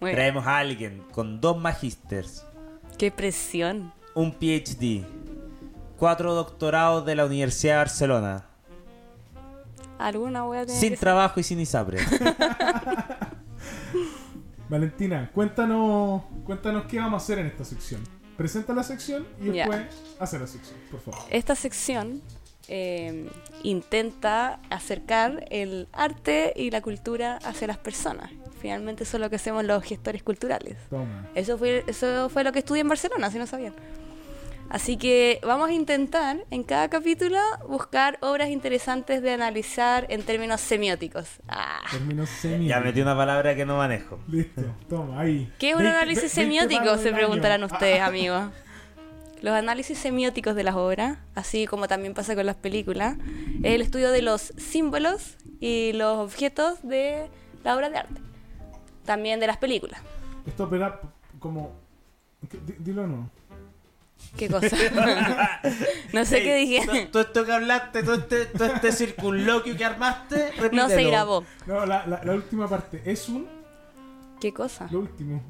B: Muy bien.
C: traemos a alguien con dos magísters,
B: Qué presión.
C: un PhD, cuatro doctorados de la Universidad de Barcelona,
B: Alguna wea tiene
C: sin
B: que ser.
C: trabajo y sin
B: <laughs>
C: ISAPRE.
A: Valentina, cuéntanos, cuéntanos qué vamos a hacer en esta sección. Presenta la sección y
B: Ya.
A: después hace la sección, por favor.
B: Esta sección eh, intenta acercar el arte y la cultura hacia las personas. Finalmente eso es lo que hacemos los gestores culturales.
A: Toma.
B: Eso fue, eso fue lo que estudié en Barcelona, si no sabían. Así que vamos a intentar en cada capítulo buscar obras interesantes de analizar en términos semióticos. Ah.
A: Termino semi.
C: ya metí una palabra que
B: <laughs>
C: no manejo.
A: Listo, toma, ahí.
B: ¿Qué es un
A: Veinte-
B: análisis
A: ve- veinte
B: semiótico?
A: palos
B: Se
A: del
B: preguntarán
A: año.
B: ustedes,
A: Ah,
B: amigos. Los análisis semióticos de las obras, así como también pasa con las películas, es el estudio de los símbolos y los objetos de la obra de arte. También de las películas.
A: ah, Esto opera p- como. ¿qué? Di- Dilo no.
B: ¿Qué cosa? no sé qué
C: Ey,
B: dije.
C: to- Todo esto que hablaste, todo este, todo este circunloquio que armaste,
B: No se
C: repítelo.
B: grabó.
A: No, la, la, la última parte. Es un.
B: ¿Qué cosa?
A: Lo último.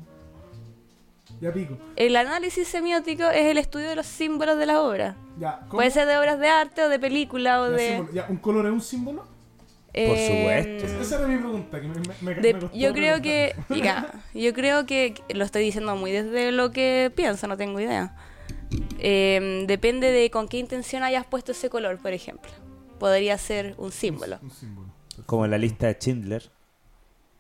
A: Ya pico.
B: El análisis semiótico es el estudio de los símbolos de las obras.
A: Ya, ¿cómo?
B: Puede ser de obras de arte o de película o
A: Ya,
B: de...
A: símbolo. Ya, ¿Un color es un símbolo?
B: em,
C: supuesto.
A: Esa era mi pregunta. Que me, me- me-
B: de-
A: me costó
B: yo creo que
A: preguntar. <laughs>
B: ya, yo creo que lo estoy diciendo muy desde lo que pienso no tengo idea Em, depende de con qué intención hayas puesto ese color por ejemplo podría ser un símbolo
A: Un símbolo.
C: como en la lista de Schindler,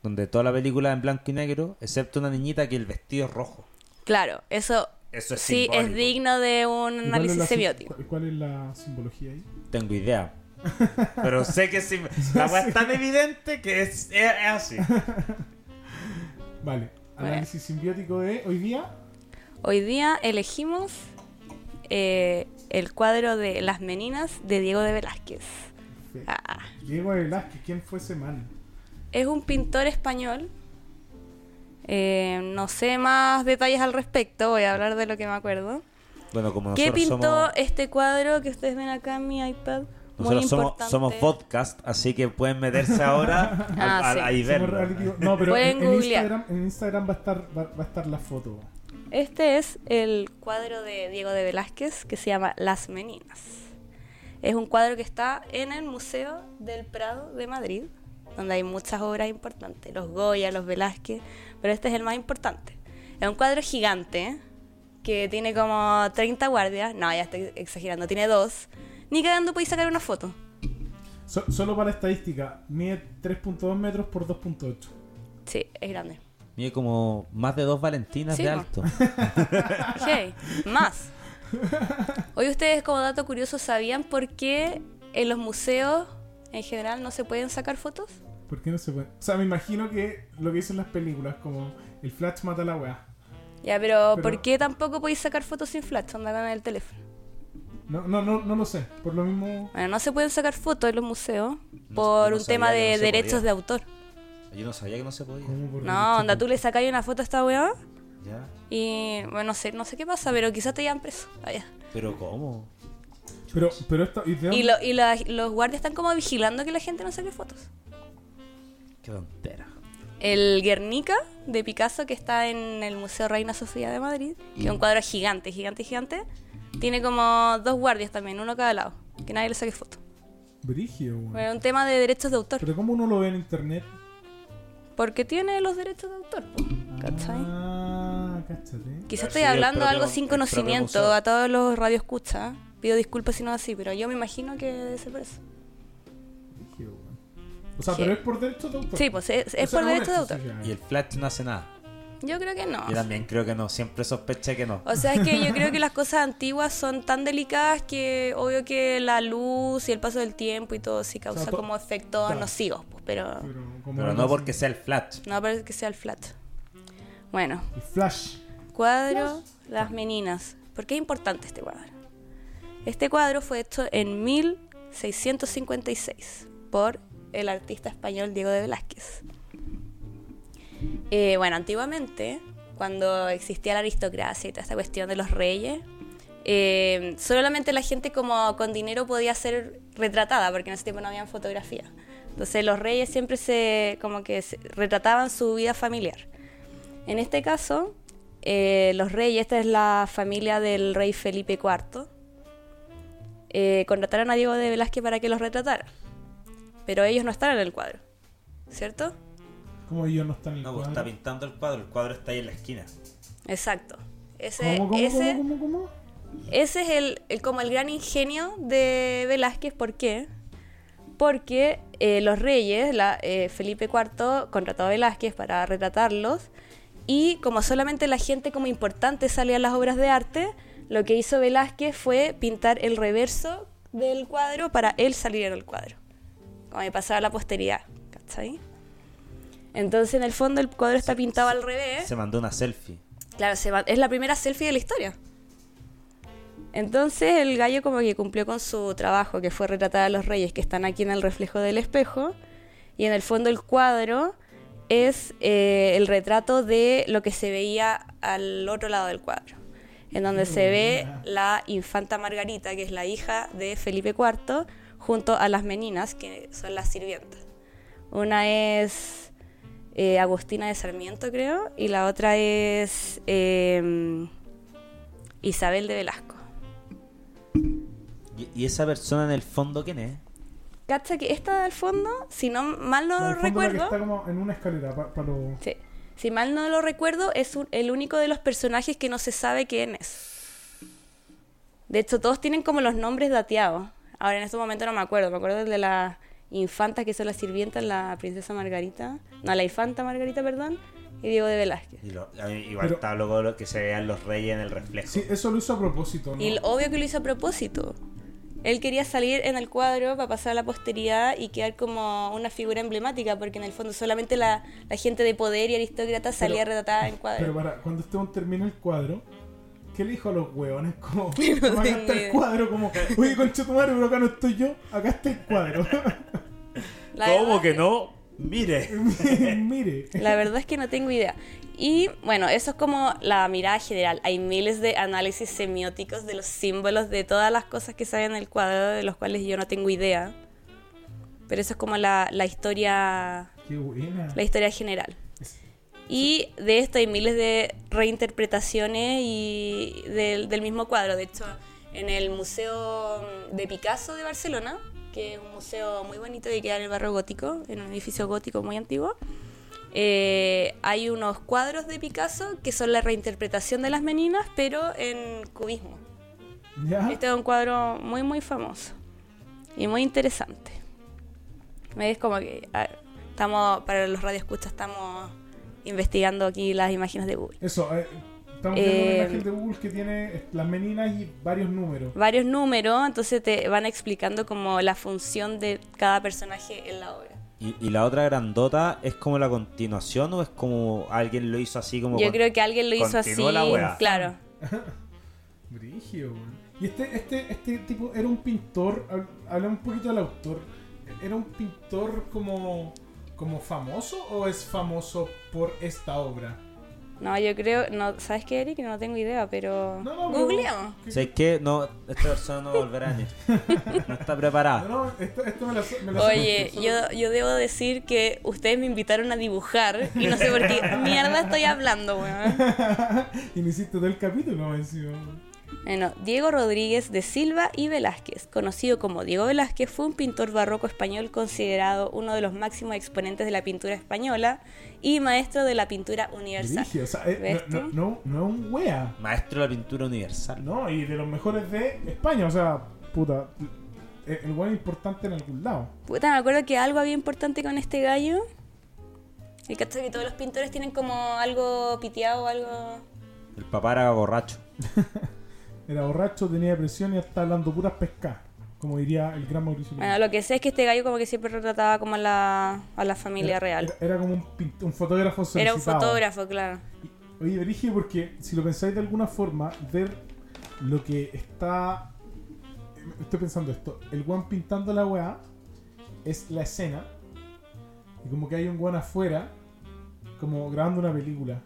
C: donde toda la película es en blanco y negro, excepto una niñita que el vestido es rojo.
B: claro eso
C: Eso es
B: sí
C: simbólico.
B: es digno de un
A: ¿Y cuál es
B: análisis
A: la sim-
B: semiótico
A: cu- ¿Cuál es la simbología ahí?
C: Tengo idea. <laughs> Pero sé que sí. La weá es tan evidente que es, es- es así.
A: Vale.
B: Bueno.
A: Análisis simbiótico de hoy día.
B: hoy día elegimos eh, el cuadro de las meninas de Diego de Velázquez
A: Perfecto.
B: Ah,
A: Diego de Velázquez, ¿quién fue ese man?
B: es un pintor español. Eh, no sé más detalles al respecto, voy a hablar de lo que me acuerdo.
D: Bueno, como
B: ¿Qué
D: nosotros
B: pintó
D: somos,
B: este cuadro que ustedes ven acá en mi iPad? Muy
D: nosotros somos,
B: importante.
D: somos podcast, así que pueden meterse ahora al-
B: <laughs> Ah,
D: al-
B: sí.
D: ahí
A: Somos
D: verlo.
A: reality- No, pero
B: Pueden
A: en, en
B: googlear.
A: Instagram, en Instagram va a estar, va, va a estar la foto.
B: Este es el cuadro de Diego de Velázquez que se llama Las Meninas. Es un cuadro que está en el Museo del Prado de Madrid, donde hay muchas obras importantes, los Goya, los Velázquez, pero este es el más importante. Es un cuadro gigante ¿eh? que tiene como 30 guardias, no, ya estoy exagerando, tiene dos. Ni cagando podéis sacar una foto.
A: So- solo para estadística, mide 3.2 metros por 2.8.
B: Sí, es grande.
D: Mide como más de dos Valentinas
B: Sí,
D: de alto.
B: po. <laughs> Hey, más. Hoy ustedes como dato curioso sabían por qué en los museos en general no se pueden sacar fotos.
A: ¿Por qué no se puede? O sea, me imagino que lo que dicen las películas, como el flash mata a la weá.
B: Ya, pero,
A: Pero-
B: ¿por qué tampoco podéis sacar fotos sin flash? Onda con el teléfono.
A: No, no, no, no lo sé. Por lo mismo.
B: Bueno, no se pueden sacar fotos en los museos
D: No,
B: por
D: yo no
B: un tema
D: sabía que
B: de
D: no se
B: derechos
D: podía.
B: de autor.
D: Yo no sabía que no se podía.
A: ¿cómo por
B: No,
A: derecho?
B: onda, tú le sacáis una foto a esta weá
D: Ya.
B: y, bueno, no sé, no sé qué pasa, pero quizás te llevan preso. Ah, ya.
D: Pero ¿cómo?
A: Pero, pero esto. ¿y de dónde-
B: Y, lo- y la- los guardias están como vigilando que la gente no saque fotos.
D: Qué tontera.
B: El Guernica de Picasso, que está en el Museo Reina Sofía de Madrid, que es un cuadro gigante, gigante, gigante, tiene como dos guardias también, uno a cada lado, que nadie le saque foto.
A: Brígido, weón.
B: Bueno, es un tema de derechos de autor,
A: Pero ¿cómo uno lo ve en internet?
B: porque tiene los derechos de autor, po, ¿cachai?
A: Ah, cáchate.
B: Quizás
D: Haber
B: estoy
D: subido el
B: hablando
D: propio-
B: algo sin
D: el propio
B: conocimiento
D: museo.
B: a todos los radioescuchas, pido disculpas si no es así, pero yo me imagino que debe ser por eso.
A: Brígido, weón. O sea,
B: Sí.
A: pero es por derecho de autor.
B: Sí, pues es,
A: O sea,
B: es por
A: no
B: derechos de
A: es
B: autor.
A: exclusividad.
D: Y el Flash no hace nada.
B: Yo creo que no.
C: Ah,
D: Yo también creo que no. Siempre sospeché que no.
B: O sea, es que yo creo que las cosas antiguas son tan delicadas que obvio que la luz y el paso del tiempo y todo sí
A: O
B: causa
A: sea, to-
B: como efectos
A: claro.
B: nocivos, pues, pero
A: Pero, como
D: Pero no porque sea el Flash.
B: no parece que sea el flat. Bueno,
A: El flash.
B: cuadro Las Meninas. ¿Por qué es importante este cuadro? Este cuadro fue hecho en 1656 por el artista español Diego de Velázquez. Eh, bueno, antiguamente, cuando existía la aristocracia y toda esta cuestión de los reyes, eh, solamente la gente como con dinero podía ser retratada, porque en ese tiempo no habían fotografía. Entonces los reyes siempre se como que se- retrataban su vida familiar. En este caso, eh, los reyes, esta es la familia del rey Felipe IV, eh, contrataron a Diego de Velázquez para que los retratara. Pero ellos no están en el cuadro, ¿cierto?
A: Como yo no está en el
D: No, pues
A: cuadro.
D: está pintando el cuadro. El cuadro está ahí en la esquina.
B: Exacto. Ese,
A: ¿Cómo, cómo,
B: ese,
A: cómo, cómo, cómo?
B: ese es el, el- como el gran ingenio de Velázquez. ¿Por qué? Porque eh, los reyes, la- eh, Felipe IV contrató a Velázquez para retratarlos y como solamente la gente como importante salía en las obras de arte, lo que hizo Velázquez fue pintar el reverso del cuadro para él salir en el cuadro, como de pasar a la posteridad. ¿Cachai? Entonces en el fondo el cuadro está pintado al revés.
D: Se mandó una selfie.
B: Claro, se va- es la primera selfie de la historia. Entonces el gallo como que cumplió con su trabajo, que fue retratar a los reyes que están aquí en el reflejo del espejo. Y en el fondo el cuadro es eh, el retrato de lo que se veía al otro lado del cuadro, en donde se ve la infanta Margarita, que es la hija de Felipe IV, junto a las meninas, que son las sirvientas. Una es eh, Agustina de Sarmiento, creo, y la otra es eh, Isabel de Velasco.
D: ¿Y, y esa persona en el fondo quién es?
B: Cacha que esta al fondo, si no mal no
A: La
B: lo
A: del fondo, la que
B: recuerdo,
A: Está como en una escalera para los.
B: sí, si mal no lo recuerdo, es un- el único de los personajes que no se sabe quién es. De hecho, todos tienen como los nombres dateados. Ahora en este momento no me acuerdo, me acuerdo de la infanta que son las sirvientas, la princesa Margarita, no, la infanta Margarita, perdón, y Diego de Velázquez.
D: Y lo- a mí igual
A: Pero-
D: está loco lo que se vean los reyes en el reflejo.
A: Sí, eso lo hizo a propósito, ¿no?
B: Y el- obvio que lo hizo a propósito. Él quería salir en el cuadro para pasar a la posteridad y quedar como una figura emblemática, porque en el fondo solamente la, la gente de poder y aristócrata salía retratada en
A: Pero
B: cuadro.
A: para, cuando Esteban termina el cuadro, ¿qué le dijo a los hueones?
B: <laughs>
A: Como,
B: No
A: como acá
B: tengo
A: está el
B: idea.
A: cuadro, como, oye, concha tu madre, pero acá no estoy yo, acá está el cuadro.
B: La verdad-
D: no? Mire.
A: <laughs> Mire.
B: La verdad es que no tengo idea. Y bueno, eso es como la mirada general. Hay miles de análisis semióticos de los símbolos, de todas las cosas que salen en el cuadro, de los cuales yo no tengo idea. Pero eso es como la, la historia
A: Qué buena.
B: la historia general. Y de esto hay miles de reinterpretaciones y del, del mismo cuadro. De hecho, en el Museo de Picasso de Barcelona, que es un museo muy bonito que queda en el barrio gótico, en un edificio gótico muy antiguo, eh, hay unos cuadros de Picasso que son la reinterpretación de las meninas, pero en cubismo.
A: ¿Ya?
B: Este es un cuadro muy, muy famoso y muy interesante. Es como que a- estamos, para los radioescuchas, estamos investigando aquí las imágenes de Google.
A: Eso, eh, estamos viendo una
B: Eh,
A: imagen de Google que tiene eh, las meninas y varios números.
B: Varios números, entonces te van explicando como la función de cada personaje en la obra.
D: Y, y la otra grandota es como la continuación o es como alguien lo hizo así como.
B: Yo
D: con-
B: creo que alguien lo hizo así.
D: continuó la weá.
B: Claro.
A: Brigio, weón. Y este, este, este tipo era un pintor, hab- habla un poquito del autor. ¿Era un pintor como, como famoso o es famoso por esta obra?
B: No, yo creo, no, ¿sabes qué, Eric? No tengo idea, pero...
A: No, no, pero-
B: Googleamos.
D: ¿Sabes qué? No, esta persona no volverá a venir. No está preparada.
A: <laughs> No, no, esto, esto me la so- me la
B: Oye,
A: solo-
B: yo, yo debo decir que ustedes me invitaron a dibujar y no sé por
D: <laughs>
B: qué mierda estoy hablando, weón.
A: <laughs> y me hiciste todo el capítulo encima.
B: Bueno, Diego Rodríguez de Silva y Velázquez, conocido como Diego Velázquez, fue un pintor barroco español considerado uno de los máximos exponentes de la pintura española y maestro de la pintura universal.
A: Brigio, o sea, eh,
B: ¿Ves
A: no,
B: tú?
A: no, no, no es un wea.
D: Maestro de la pintura universal.
A: No, y de los mejores de España, o sea, puta. e-, El el weón es importante en algún lado.
B: Puta, me acuerdo que algo había importante con este gallo. El cacho que todos los pintores tienen como algo piteado, algo...
D: El papá era borracho.
A: Era borracho, tenía depresión y está hablando puras pescadas. Como diría el gran Mauricio.
B: Bueno,
A: Pinto.
B: lo que sé es que este gallo como que siempre retrataba como a la, a la familia
A: Era-
B: real.
A: Era, era como un, pint- un fotógrafo solicitado.
B: Era un fotógrafo, claro.
A: Y- Oye, Brigio, porque si lo pensáis de alguna forma, ver lo que está. Estoy pensando esto. El guan pintando la weá es la escena. Y como que hay un guan afuera, como grabando una película.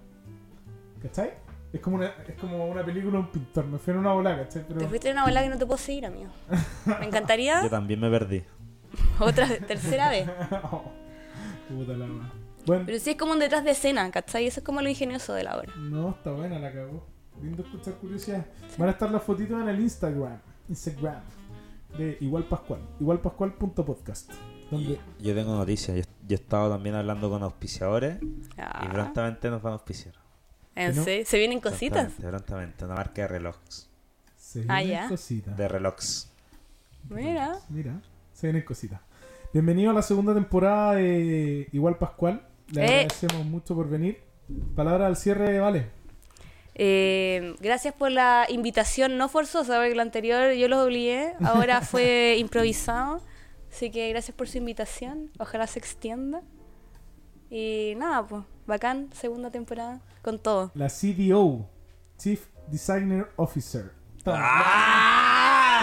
A: ¿Cachai? Es como una, es como una película de un pintor. Me fui en una bola, ¿cachai? Pero
B: Te fuiste en una bola que no te puedo seguir, amigo. Me encantaría
D: Yo también me perdí.
B: otra tercera vez.
A: <laughs> Oh, puta la weá. Bueno,
B: Pero sí es como un detrás de escena, ¿cachai? Eso es como lo ingenioso de la obra.
A: no, está buena, la cagó. Lindo escuchar curiosidad. Van a estar las fotitos en el Instagram. Instagram. De Igual Pascual. Igualpascual.podcast. Donde...
D: Yo tengo noticias. Yo, yo he estado también hablando con auspiciadores y
B: Ah,
D: prontamente nos van a auspiciar.
B: ¿En
A: ¿No?
B: serio? ¿Se vienen cositas?
D: Prontamente, prontamente. Una marca de relojes.
A: Se
B: Ah,
A: vienen
B: ya.
A: cositas.
D: De relojes.
B: Mira.
A: Mira, se vienen cositas. Bienvenido a la segunda temporada de Igual Pascual. Le
B: Eh.
A: agradecemos mucho por venir. Palabra al cierre, vale.
B: Eh, gracias por la invitación no forzosa, porque la anterior yo los obligué, ahora fue improvisado. Así que gracias por su invitación, ojalá se extienda. Y nada, pues, bacán, segunda temporada, con todo.
A: La CDO, Chief Designer Officer. Toma.
B: Ah.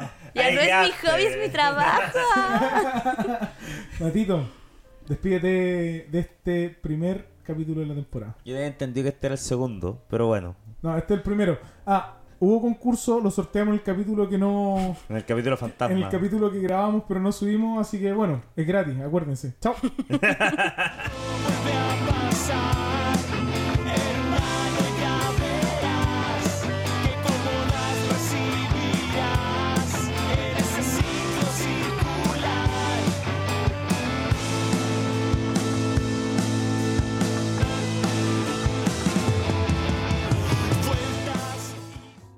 A: Toma.
B: Ya
D: Ahí
B: no es mi
D: quedaste.
B: hobby, es mi trabajo.
A: Matito, despídete de este primer capítulo de la temporada.
D: Yo había entendido que este era el segundo, pero bueno.
A: No, este es el primero. Ah, hubo concurso, lo sorteamos en el capítulo que no.
D: En el capítulo fantasma.
A: En el capítulo que grabamos pero no subimos, así que bueno, es gratis, acuérdense. Chao.